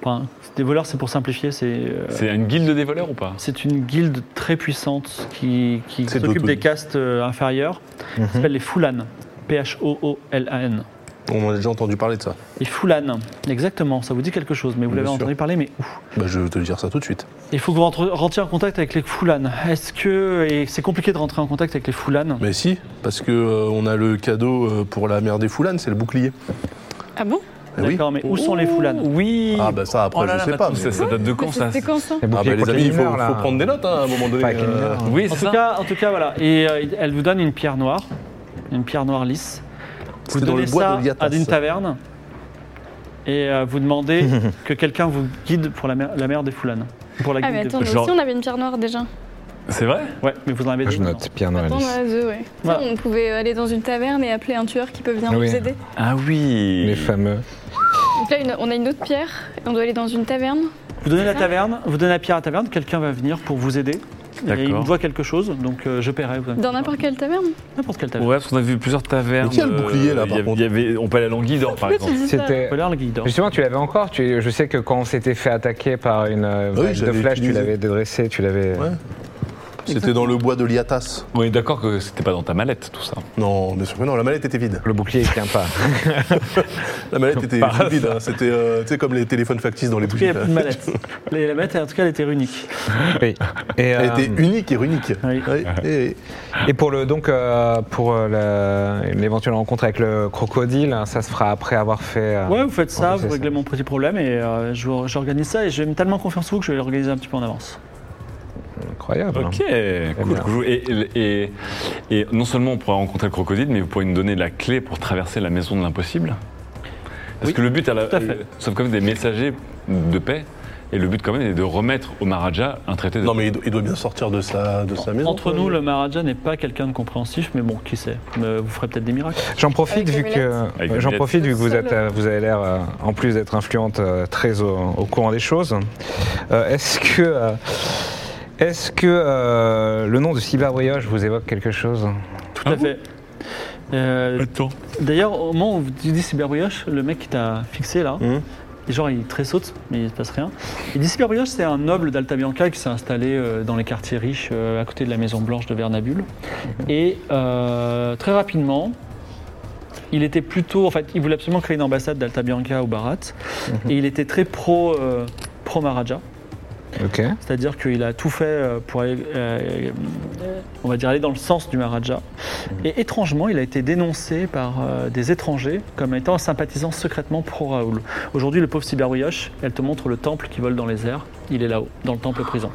Speaker 2: enfin, des voleurs, c'est pour simplifier, c'est. euh,
Speaker 3: C'est une guilde des voleurs ou pas
Speaker 2: C'est une guilde très puissante qui, qui
Speaker 4: C'est Mhm.
Speaker 2: s'occupe
Speaker 4: d'auto-
Speaker 2: des castes euh, inférieures. Ça s'appelle les Fulan. P-H-O-O-L-A-N.
Speaker 4: On en a déjà entendu parler de ça.
Speaker 2: Et Foulane, exactement, ça vous dit quelque chose, mais vous
Speaker 4: Bien
Speaker 2: l'avez
Speaker 4: sûr.
Speaker 2: entendu parler, mais où
Speaker 4: Bah, je vais te dire ça tout de suite.
Speaker 2: Il faut que vous rentre- rentriez en contact avec les Foulanes. Est-ce que. Et c'est compliqué de rentrer en contact avec les Foulanes.
Speaker 4: Mais si, parce que euh, on a le cadeau euh, pour la mère des Foulanes, c'est le bouclier.
Speaker 5: Ah bon
Speaker 4: Eh oui.
Speaker 2: D'accord, mais où sont les Foulanes
Speaker 3: Oui
Speaker 4: Ah bah ça après
Speaker 3: Oh là
Speaker 4: je
Speaker 3: là,
Speaker 4: sais pas.
Speaker 3: attends,
Speaker 4: mais-
Speaker 3: ça, ça date de quand ça
Speaker 5: C'est quand ça
Speaker 6: Les
Speaker 4: Ah bah
Speaker 6: boucliers
Speaker 4: les
Speaker 6: contre
Speaker 4: amis, il faut,
Speaker 6: mineurs, là.
Speaker 4: faut prendre des notes hein, à un moment donné.
Speaker 6: Pas avec les
Speaker 4: euh,
Speaker 6: mineurs.
Speaker 3: Oui,
Speaker 2: En
Speaker 3: c'est
Speaker 2: tout,
Speaker 3: ça.
Speaker 2: cas, en tout cas, voilà. Et euh, elle vous donne une pierre noire, une pierre noire lisse. Vous
Speaker 4: C'était dans
Speaker 2: donnez
Speaker 4: le bois
Speaker 2: ça
Speaker 4: de Liatas.
Speaker 2: à une taverne et euh, vous demandez que quelqu'un vous guide pour la mer, la mer des Foulanes. Pour la
Speaker 5: Ah,
Speaker 2: guide
Speaker 5: mais
Speaker 2: des-
Speaker 5: attends, nous
Speaker 3: Genre-
Speaker 5: aussi on avait une pierre noire déjà.
Speaker 3: C'est vrai
Speaker 2: Ouais, mais vous en avez
Speaker 4: Ah,
Speaker 6: Moi, je
Speaker 2: deux,
Speaker 6: note Pierre Noël.
Speaker 5: Attends, on en a deux, ouais.
Speaker 2: Voilà.
Speaker 5: Ça, On pouvait aller dans une taverne et appeler un tueur qui peut venir
Speaker 6: Oui.
Speaker 5: nous aider.
Speaker 3: Ah oui
Speaker 6: Les fameux.
Speaker 5: Donc là, une- on a une autre pierre et on doit aller dans une taverne.
Speaker 2: Vous donnez la taverne, vous donnez la pierre à la taverne, quelqu'un va venir pour vous aider. Et il
Speaker 3: D'accord.
Speaker 2: voit quelque chose, donc euh, je paierai. vous inquiétez
Speaker 5: Dans
Speaker 2: pas.
Speaker 5: n'importe quelle taverne
Speaker 2: N'importe quelle taverne.
Speaker 3: Ouais, parce qu'on a vu plusieurs tavernes.
Speaker 4: Mais qui a le
Speaker 3: euh,
Speaker 4: bouclier, là, par
Speaker 3: il y a-
Speaker 4: contre
Speaker 3: il y avait, On peut aller à Languidor, par
Speaker 5: Pourquoi tu
Speaker 3: exemple.
Speaker 5: dis ça
Speaker 6: C'était.
Speaker 2: Voilà le guide. hein. d'or.
Speaker 6: Justement, tu l'avais encore. tu- Je sais que quand on s'était fait attaquer par une euh,
Speaker 4: oui,
Speaker 6: vague de
Speaker 4: j'avais
Speaker 6: flash, tu
Speaker 4: utilisé.
Speaker 6: l'avais dédressé, tu l'avais.
Speaker 4: Ouais. C'était dans le bois de Liatas.
Speaker 3: On est d'accord que c'était pas dans ta mallette, tout ça.
Speaker 4: Non, bien sûr que non, la mallette était vide.
Speaker 6: Le bouclier, il tient pas.
Speaker 4: La mallette était
Speaker 3: Par
Speaker 4: vide, hein. c'était euh, tu sais, comme les téléphones factices dans les
Speaker 2: En tout cas,
Speaker 4: boutiques.
Speaker 2: il n'y a
Speaker 4: là.
Speaker 2: plus de mallette. Les- La mallette, en tout cas, elle était unique.
Speaker 6: Oui. Et,
Speaker 4: Elle
Speaker 6: euh,
Speaker 4: était unique et unique.
Speaker 2: Oui.
Speaker 4: et-
Speaker 6: et pour le donc euh, pour euh, la- l'éventuelle rencontre avec le crocodile, hein, ça se fera après avoir fait. euh,
Speaker 2: Ouais, vous faites ça,
Speaker 6: on fait
Speaker 2: vous
Speaker 6: ça.
Speaker 2: réglez mon petit problème et euh, je vous- j'organise ça. Et j'ai tellement confiance en vous que je vais l'organiser un petit peu en avance.
Speaker 6: Incroyable. hein.
Speaker 3: Ok,
Speaker 4: Eh
Speaker 3: cool.
Speaker 6: bien.
Speaker 3: cool. Et, et- et- et non seulement on pourra rencontrer le crocodile, mais vous pourrez nous donner la clé pour traverser la maison de l'impossible. Parce
Speaker 2: Oui,
Speaker 3: que le but, à la,
Speaker 2: tout à fait.
Speaker 3: euh, sauf comme des messagers de paix, et le but quand même est de remettre au Maharaja un traité de
Speaker 4: Non mais il doit, il doit bien sortir de sa, de sa maison.
Speaker 2: Entre
Speaker 4: quoi.
Speaker 2: nous, le Maharaja n'est pas quelqu'un de compréhensif, mais bon, qui sait Euh, Vous ferez peut-être des miracles.
Speaker 6: J'en
Speaker 5: Avec
Speaker 6: profite
Speaker 5: les
Speaker 6: vu que
Speaker 3: Avec les
Speaker 6: j'en
Speaker 3: lunettes.
Speaker 6: profite vu que vous
Speaker 5: Seul.
Speaker 6: êtes euh, vous avez l'air euh, en plus d'être influente euh, très au, au courant des choses. Euh, Est-ce que euh, est-ce que euh, le nom de Cyberbrioche vous évoque quelque chose
Speaker 2: Tout à fait. Euh,
Speaker 3: Attends.
Speaker 2: D'ailleurs, au moment où tu dis cyberbrioche, le mec qui t'a fixé là,
Speaker 4: Mhm.
Speaker 2: et genre il tressaute, mais il se passe rien. Il dit cyberbrioche, c'est un noble d'Alta Bianca qui s'est installé euh, dans les quartiers riches euh, à côté de la Maison Blanche de Vernabule. Et euh, très rapidement, il était plutôt. En fait, il voulait absolument créer une ambassade d'Alta Bianca au Barat. Et il était très pro, euh, pro Maharaja.
Speaker 6: Ok. Ah,
Speaker 2: C'est-à-dire qu'il a tout fait euh, pour aller, euh, on va dire, aller dans le sens du Maharaja.
Speaker 6: Mhm.
Speaker 2: Et étrangement, il a été dénoncé par euh, des étrangers comme étant un sympathisant secrètement pro-Raoul. Aujourd'hui, le pauvre Cyberwioche, elle te montre le temple qui vole dans les airs. Il est là-haut, dans le temple prison.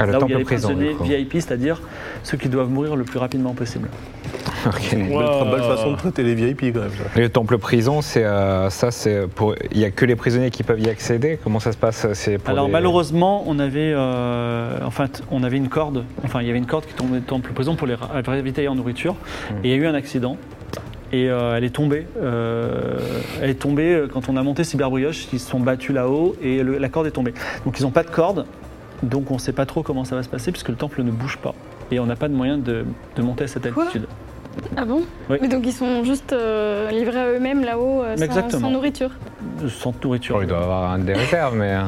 Speaker 6: Ah, le
Speaker 2: là où il y a
Speaker 6: temple
Speaker 2: les
Speaker 6: prison. du
Speaker 2: prisonniers
Speaker 6: coup.
Speaker 2: VIP, c'est-à-dire ceux qui doivent mourir le plus rapidement possible.
Speaker 6: Ok.
Speaker 4: Une belle,
Speaker 3: Wow.
Speaker 2: euh,
Speaker 4: belle façon de traiter les VIP quand même. ça.
Speaker 6: Et Le temple prison, c'est euh, ça, c'est pour il y a que les prisonniers qui peuvent y accéder. Comment ça se passe C'est pour
Speaker 2: Alors
Speaker 6: des-
Speaker 2: malheureusement, on avait, euh, enfin, t- on avait une corde. Enfin, il y avait une corde qui tombait dans le temple prison pour les ra- ravitailler en nourriture.
Speaker 6: Hmm.
Speaker 2: Et il y a eu un accident. Et euh, elle est tombée. euh, elle est tombée euh, quand on a monté Cyberbrioche. Ils se sont battus là-haut et le- la corde est tombée. Donc ils n'ont pas de corde. Donc on ne sait pas trop comment ça va se passer puisque le temple ne bouge pas. Et on n'a pas de moyen de, de monter à cette
Speaker 5: Quoi
Speaker 2: altitude.
Speaker 5: Ah bon
Speaker 2: Oui.
Speaker 5: Mais donc ils sont juste euh, livrés à eux-mêmes là-haut euh,
Speaker 2: Mais
Speaker 5: sans,
Speaker 2: exactement.
Speaker 5: sans nourriture.
Speaker 2: Sans nourriture.
Speaker 6: Bon, Oh, il doit avoir un des réserves, mais euh,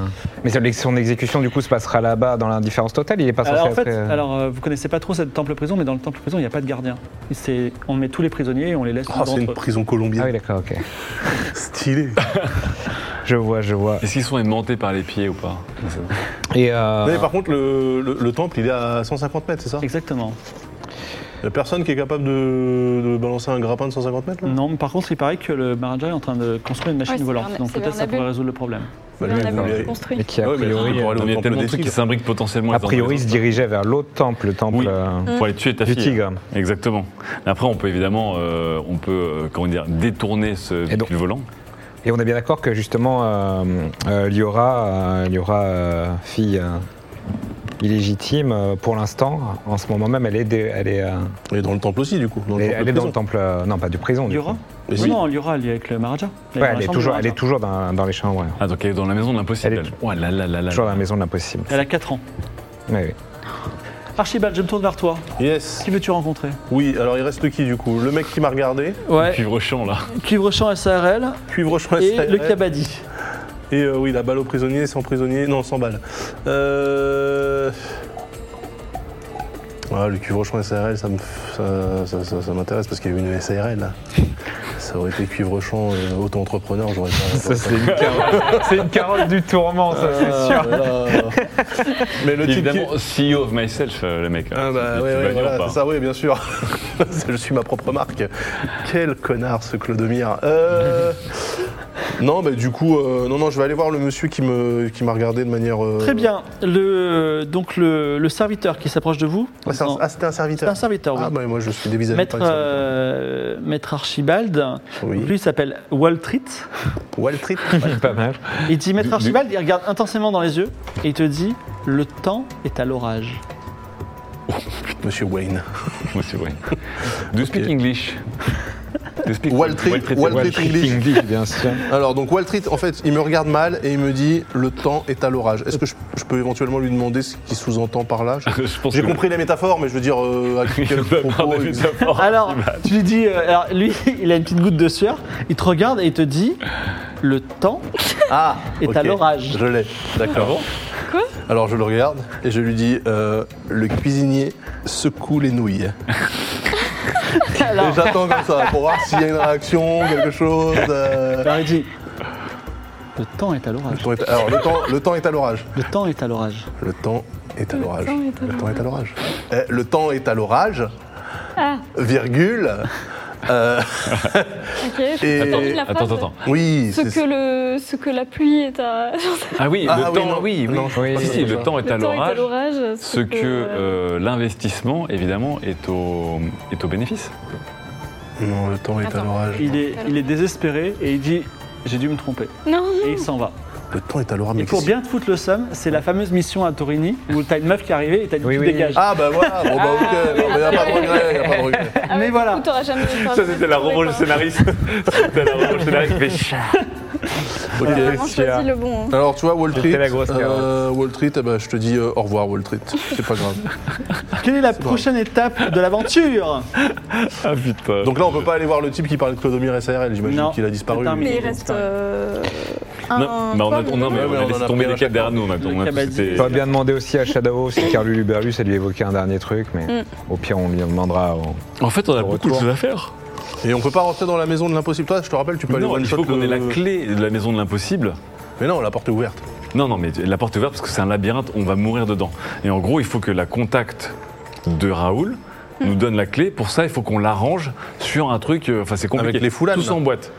Speaker 6: mais ça veut dire que son exécution du coup se passera là-bas dans l'indifférence totale. Il est pas censé
Speaker 2: Alors en
Speaker 6: être,
Speaker 2: fait,
Speaker 6: euh,
Speaker 2: alors, euh, vous connaissez pas trop cette temple prison, mais dans le temple prison, il n'y a pas de gardien. C'est- On met tous les prisonniers et on les laisse
Speaker 4: Oh,
Speaker 2: entre
Speaker 4: c'est une
Speaker 2: eux.
Speaker 4: prison
Speaker 6: Ah oui,
Speaker 4: colombienne.
Speaker 6: d'accord, ok.
Speaker 4: Stylé.
Speaker 6: Ah. Je vois, je vois.
Speaker 3: Est-ce qu'ils sont aimantés par les pieds ou pas
Speaker 6: Et euh,
Speaker 4: Mais par contre, le, le- le temple, il est à 150 mètres, c'est ça
Speaker 2: Exactement.
Speaker 4: Il y a personne qui est capable de, de balancer un grappin de 150 mètres là
Speaker 2: Non, mais par contre, il paraît que le Maharaja est en train de construire une machine
Speaker 5: Ouais, c'est
Speaker 2: volante.
Speaker 5: Verna-
Speaker 2: Donc
Speaker 5: c'est
Speaker 2: peut-être ça
Speaker 5: Vernabule.
Speaker 2: pourrait résoudre le problème.
Speaker 4: Bah,
Speaker 5: Là,
Speaker 4: lui,
Speaker 5: on a
Speaker 4: il
Speaker 5: pas
Speaker 4: voulait-
Speaker 5: encore construit.
Speaker 6: et qui a
Speaker 4: Ouais, mais
Speaker 6: priori,
Speaker 4: pour aller au
Speaker 3: Il y a
Speaker 4: temple
Speaker 3: tellement de
Speaker 4: des
Speaker 3: trucs qui
Speaker 4: tigres.
Speaker 3: s'imbriquent potentiellement.
Speaker 6: a
Speaker 3: les uns dans
Speaker 6: priori, se
Speaker 3: les autres.
Speaker 6: dirigeait vers l'autre temple, le temple
Speaker 3: Oui.
Speaker 6: euh,
Speaker 3: Pour aller tuer ta
Speaker 6: du
Speaker 4: hein.
Speaker 3: fille.
Speaker 6: tigre.
Speaker 3: Exactement. Après, on peut évidemment, euh, on peut, euh, comment dire, détourner ce
Speaker 6: Et donc-
Speaker 3: véhicule volant.
Speaker 6: Et on est bien d'accord que justement, euh, euh, Liora, euh, Liora, euh, fille euh, illégitime, euh, pour l'instant, en ce moment même, elle est, dé- elle est, euh,
Speaker 4: Il est dans le temple aussi, du coup. Dans
Speaker 6: elle est-
Speaker 4: le temple
Speaker 6: elle est
Speaker 4: de
Speaker 6: dans
Speaker 4: prison.
Speaker 6: le temple, euh, non pas du prison. du
Speaker 2: Liora
Speaker 6: coup.
Speaker 4: Mais
Speaker 2: Non,
Speaker 4: si.
Speaker 2: Non, Liora, elle est avec le Maharaja.
Speaker 6: Ouais,
Speaker 2: dans la
Speaker 6: elle est
Speaker 2: chambre
Speaker 6: toujours,
Speaker 2: du
Speaker 6: elle est
Speaker 2: Maharaja.
Speaker 6: toujours dans, dans les chambres, ouais.
Speaker 3: Ah, donc elle est dans la maison de l'impossible.
Speaker 6: Elle est-
Speaker 3: elle. Oh là là là là.
Speaker 6: toujours dans la maison de l'impossible.
Speaker 4: Euh,
Speaker 2: Elle a 4 ans.
Speaker 6: Ouais, ouais.
Speaker 2: Archibald, je me tourne vers toi.
Speaker 4: Yes.
Speaker 2: Qui veux-tu rencontrer
Speaker 4: Oui, alors il reste qui, du coup Le mec qui m'a regardé,
Speaker 3: Le
Speaker 2: Ouais,
Speaker 3: Cuivre champ là.
Speaker 2: Cuivre-Champ SARL
Speaker 4: Cuivre Choix
Speaker 2: et
Speaker 4: SRL,
Speaker 2: le Kabaddi.
Speaker 4: Et euh, oui, la balle aux prisonniers, sans prisonnier, non, sans balle. Euh... Ah, le cuivre SARL, ça me- ça- ça- ça- ça m'intéresse parce qu'il y a eu une SARL là. ça aurait été cuivre champ, euh, auto-entrepreneur, j'aurais pas.
Speaker 6: Ça, c'est une, carotte, c'est une carotte du tourment, ça, c'est
Speaker 4: Ah,
Speaker 6: sûr.
Speaker 4: là. Mais le type qui-
Speaker 3: Évidemment, CEO of myself, euh, le mec.
Speaker 4: Ah bah
Speaker 3: Tu
Speaker 4: ouais,
Speaker 3: vas
Speaker 4: ouais,
Speaker 3: dire ou
Speaker 4: voilà,
Speaker 3: pas
Speaker 4: c'est ça, oui, bien sûr. je suis ma propre marque. Quel connard ce Clodomir. Euh, non, bah du coup, euh, non, non, je vais aller voir le monsieur qui me qui m'a regardé de manière. euh,
Speaker 2: Très bien. Le, donc le, le serviteur qui s'approche de vous.
Speaker 4: Ah, c'est un-
Speaker 2: Non,
Speaker 4: ah, c'était un
Speaker 2: c'est un
Speaker 4: serviteur.
Speaker 2: serviteur, oui.
Speaker 4: Ah bah moi je suis dévisagé.
Speaker 2: Maître,
Speaker 4: par une serviteur.
Speaker 2: euh, Maître Archibald,
Speaker 4: Oui.
Speaker 2: lui il s'appelle Waltrit.
Speaker 4: Wall Street.
Speaker 6: Pas mal.
Speaker 2: Il dit Maître
Speaker 3: Du- du-
Speaker 2: Archibald, il regarde intensément dans les yeux et il te dit Le temps est à l'orage.
Speaker 4: Monsieur Wayne.
Speaker 3: Oui, c'est vrai. Do you speak
Speaker 4: Ok.
Speaker 3: English Do you speak
Speaker 4: Wall Street,
Speaker 3: Wall Street,
Speaker 4: Wall
Speaker 3: Wall
Speaker 4: Street.
Speaker 3: Street.
Speaker 4: English.
Speaker 6: English, bien sûr.
Speaker 4: Alors donc Wall Street, en fait, il me regarde mal et il me dit le temps est à l'orage. Est-ce que je, je peux éventuellement lui demander ce qu'il sous-entend par là Je-
Speaker 3: Je pense
Speaker 4: J'ai
Speaker 3: que-
Speaker 4: compris la métaphore, mais je veux dire euh, à quel
Speaker 3: Il doit avoir
Speaker 4: propos.
Speaker 3: des métaphores.
Speaker 2: Alors, tu lui dis euh, alors, Lui, il a une petite goutte de sueur, il te regarde et il te dit Le temps
Speaker 4: Ah,
Speaker 2: est
Speaker 4: ok.
Speaker 2: à l'orage.
Speaker 4: Je l'ai, d'accord. Alors je le regarde et je lui dis euh, le cuisinier secoue les nouilles.
Speaker 2: Alors,
Speaker 4: Et j'attends comme ça pour voir s'il y a une réaction, quelque chose. euh.
Speaker 2: alors, il dit Le temps est à l'orage.
Speaker 4: Le temps est- Alors le temps, le temps est à l'orage.
Speaker 2: Le temps est à l'orage.
Speaker 4: Le temps est à l'orage.
Speaker 5: temps est à
Speaker 4: Le temps est à l'orage. Eh, Le temps est à l'orage.
Speaker 5: Ah.
Speaker 4: Virgule. euh,
Speaker 5: Ok, je
Speaker 4: Et-
Speaker 5: comprends toute la
Speaker 3: Attends,
Speaker 5: phrase.
Speaker 3: attends, attends.
Speaker 4: oui.
Speaker 5: Ce
Speaker 4: c'est-
Speaker 5: que, le, ce que la pluie est à.
Speaker 3: Ah oui,
Speaker 4: Ah,
Speaker 3: le
Speaker 4: ah oui,
Speaker 3: temps,
Speaker 4: non.
Speaker 3: oui, oui.
Speaker 4: Non, je
Speaker 6: Oui,
Speaker 3: Si, si, le temps est à
Speaker 5: le temps est à
Speaker 3: l'orage.
Speaker 5: l'orage.
Speaker 3: Ce que euh, l'investissement, évidemment, est au, est au bénéfice.
Speaker 4: Non, le temps est à
Speaker 5: Attends.
Speaker 4: l'orage.
Speaker 2: Il est, il est désespéré et il dit J'ai dû me tromper.
Speaker 5: Non, non.
Speaker 2: Et il s'en va.
Speaker 4: Le temps est à l'orage. mais
Speaker 2: Et pour
Speaker 4: qu'est-ce-
Speaker 2: bien te foutre le somme, c'est la fameuse mission à Torini où t'as une meuf qui est arrivée et t'as dit
Speaker 6: Oui,
Speaker 2: tu
Speaker 6: oui.
Speaker 2: dégages.
Speaker 4: Ah bah voilà, bon bah ok, non, mais y a pas de regret, y a pas de regret.
Speaker 5: Ah ouais,
Speaker 2: mais
Speaker 5: du
Speaker 2: voilà.
Speaker 5: coup, t'auras jamais
Speaker 3: Ça, c'était la revanche du scénariste. C'était la revanche du scénariste. Mais chat.
Speaker 5: J'ai
Speaker 4: Ok.
Speaker 5: vraiment choisi le bon. hein.
Speaker 4: Alors tu vois Wall Street,
Speaker 6: la grosse carotte.
Speaker 4: euh, Wall Street, eh ben, je te dis euh, au revoir Wall Street, c'est pas grave.
Speaker 2: Quelle est la prochaine étape de l'aventure
Speaker 3: Ah putain.
Speaker 4: Donc là on peut pas aller voir le type qui parlait de Clodomir SARL, j'imagine
Speaker 2: Non,
Speaker 4: qu'il a disparu.
Speaker 2: c'est un
Speaker 5: Mais il
Speaker 2: Ils
Speaker 5: reste.
Speaker 2: ont
Speaker 5: euh,
Speaker 3: Non,
Speaker 5: un-
Speaker 3: bah, on a,
Speaker 5: trois
Speaker 3: on a- mais
Speaker 4: Ouais,
Speaker 3: on a
Speaker 4: on en
Speaker 3: laissé
Speaker 4: a
Speaker 3: tomber
Speaker 4: pris
Speaker 3: les
Speaker 4: un
Speaker 3: câbles derrière nous. hein, On a, on a
Speaker 2: câble à
Speaker 3: tous été-
Speaker 2: dix.
Speaker 6: On va bien demander aussi à Shadow si Carlu Luberlu, ça lui évoquait un dernier truc, mais
Speaker 5: Mm.
Speaker 6: au pire, on lui en demandera. au-
Speaker 3: En fait, on a
Speaker 6: Au
Speaker 3: beaucoup de
Speaker 6: retour.
Speaker 3: choses à faire.
Speaker 4: Et on peut pas rentrer dans la maison de l'impossible. Toi, je te rappelle, tu peux aller
Speaker 3: Non,
Speaker 4: one
Speaker 3: il
Speaker 4: shot.
Speaker 3: faut qu'on
Speaker 4: le-
Speaker 3: ait la clé de la maison de l'impossible.
Speaker 4: Mais non, la porte est ouverte.
Speaker 3: Non, non, mais la porte est ouverte parce que c'est un labyrinthe, on va mourir dedans. Et en gros, il faut que la contact de Raoul
Speaker 5: Hmm.
Speaker 3: nous donne la clé. Pour ça, il faut qu'on l'arrange sur un truc. euh, Enfin, c'est compliqué.
Speaker 4: Avec les foulanes,
Speaker 3: Tout ça en
Speaker 4: là.
Speaker 3: boîte.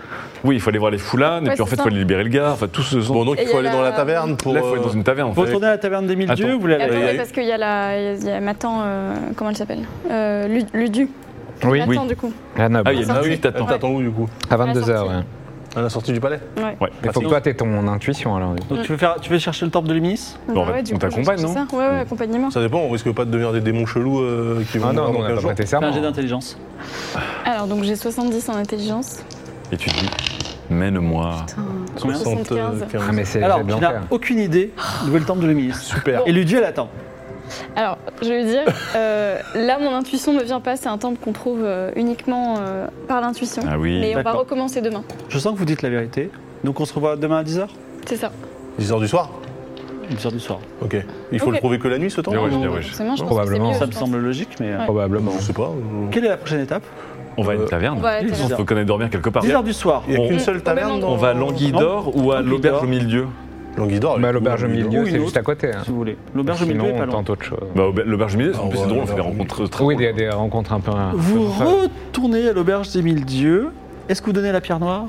Speaker 3: Oui, il faut aller voir les foulanes, et
Speaker 5: Ouais,
Speaker 3: puis en
Speaker 5: c'est
Speaker 3: fait, il
Speaker 5: ça.
Speaker 3: faut aller libérer le gars. Enfin, tout ce
Speaker 4: Bon, donc
Speaker 5: Et
Speaker 4: il faut
Speaker 5: y a
Speaker 4: aller
Speaker 5: la-
Speaker 4: dans la taverne pour.
Speaker 3: Là, il faut être
Speaker 4: euh,
Speaker 3: dans une taverne. en
Speaker 2: Vous
Speaker 3: fait.
Speaker 2: retournez à la taverne des mille
Speaker 3: Attends.
Speaker 2: dieux ou vous l'avez
Speaker 4: il y a
Speaker 5: Attendez,
Speaker 4: eu-
Speaker 5: parce qu'il y a la. Il y a Matan. euh, comment elle s'appelle euh, Lu- Ludu.
Speaker 6: Oui,
Speaker 5: Matan, du coup.
Speaker 6: La noble.
Speaker 3: Ah, il y a
Speaker 4: Ah
Speaker 3: une
Speaker 4: oui,
Speaker 3: nuit, t'attends.
Speaker 4: t'attends où du coup
Speaker 6: À 22h.
Speaker 5: sortie.
Speaker 6: ouais.
Speaker 4: À la sortie du palais
Speaker 3: Ouais,
Speaker 6: Il faut
Speaker 3: pratique.
Speaker 6: que toi, t'aies ton intuition alors.
Speaker 2: Donc tu veux, faire, tu veux chercher le temple de Luminis
Speaker 3: Bon,
Speaker 5: Bah ouais,
Speaker 3: on
Speaker 5: du coup,
Speaker 3: t'accompagne,
Speaker 5: j'ai
Speaker 3: non
Speaker 5: cherché ça. Ouais, ouais, accompagne-moi.
Speaker 4: Ça dépend, on risque pas de devenir des démons chelous euh, qui vont.
Speaker 6: Ah non,
Speaker 4: nous
Speaker 6: non,
Speaker 4: voir dans
Speaker 6: on n'a
Speaker 4: 15
Speaker 6: pas
Speaker 4: jours.
Speaker 6: prêté
Speaker 2: Fais un jet
Speaker 6: serment.
Speaker 2: d'intelligence.
Speaker 5: Alors, donc j'ai 70 en intelligence.
Speaker 3: Et tu dis, mène-moi.
Speaker 4: Ah,
Speaker 2: Combien
Speaker 5: 75.
Speaker 4: 75.
Speaker 6: Ah, mais c'est
Speaker 2: Alors
Speaker 6: c'est
Speaker 2: tu
Speaker 6: de
Speaker 2: n'as
Speaker 6: l'enfer.
Speaker 2: aucune idée d'où est le temple de Luminis.
Speaker 4: Super.
Speaker 2: Et Ludieu elle attend.
Speaker 5: Alors, je vais dire, euh, là, mon intuition ne vient pas. C'est un temple qu'on trouve euh, uniquement euh, par l'intuition.
Speaker 3: Ah oui.
Speaker 5: Mais on va
Speaker 2: D'accord.
Speaker 5: recommencer demain.
Speaker 2: Je sens que vous dites la vérité. Donc on se revoit demain à 10h
Speaker 5: 10 ça.
Speaker 4: 10h du soir
Speaker 2: 10h du soir.
Speaker 4: Ok. Il faut
Speaker 5: Ok.
Speaker 4: le trouver que la nuit ce temps
Speaker 3: Bien, Eh ouais,
Speaker 5: Non,
Speaker 3: bien,
Speaker 5: non,
Speaker 3: ouais.
Speaker 5: forcément, je pense que c'est
Speaker 6: Probablement.
Speaker 5: mieux,
Speaker 2: Ça
Speaker 5: je
Speaker 2: me
Speaker 5: pense.
Speaker 2: semble logique, mais... euh,
Speaker 5: Ouais.
Speaker 6: Probablement.
Speaker 4: Je sais pas. euh,
Speaker 2: Quelle est la prochaine étape
Speaker 3: On va à
Speaker 4: Euh,
Speaker 3: une taverne.
Speaker 5: On va à la
Speaker 2: Ils
Speaker 5: taverne.
Speaker 2: sont-
Speaker 3: Faut qu'on aille dormir quelque part.
Speaker 2: 10h du soir.
Speaker 4: Il n'y a
Speaker 3: On-
Speaker 4: qu'une seule taverne
Speaker 5: même
Speaker 4: dans-
Speaker 3: On va à l'Anguille-d'Or ou à
Speaker 2: L'Anguille
Speaker 3: l'auberge
Speaker 2: d'Or.
Speaker 3: au milieu
Speaker 4: L'Anguille-d'or.
Speaker 6: Bah, l'auberge au milieu,
Speaker 2: Ou une
Speaker 6: c'est
Speaker 2: autre.
Speaker 6: juste à côté. hein.
Speaker 2: Si vous voulez. L'auberge au milieu est
Speaker 6: Sinon,
Speaker 2: pas
Speaker 6: on
Speaker 2: loin.
Speaker 6: tente autre chose.
Speaker 3: Bah, au- l'auberge au milieu, en
Speaker 4: Ah,
Speaker 3: plus,
Speaker 4: ouais,
Speaker 3: c'est drôle, on fait des
Speaker 4: l'auberge au
Speaker 3: rencontres très
Speaker 6: Oui,
Speaker 3: drôles.
Speaker 6: des, des rencontres un peu. un peu
Speaker 2: Vous
Speaker 6: folles.
Speaker 2: retournez à l'auberge des mille dieux. Est-ce que vous donnez la pierre noire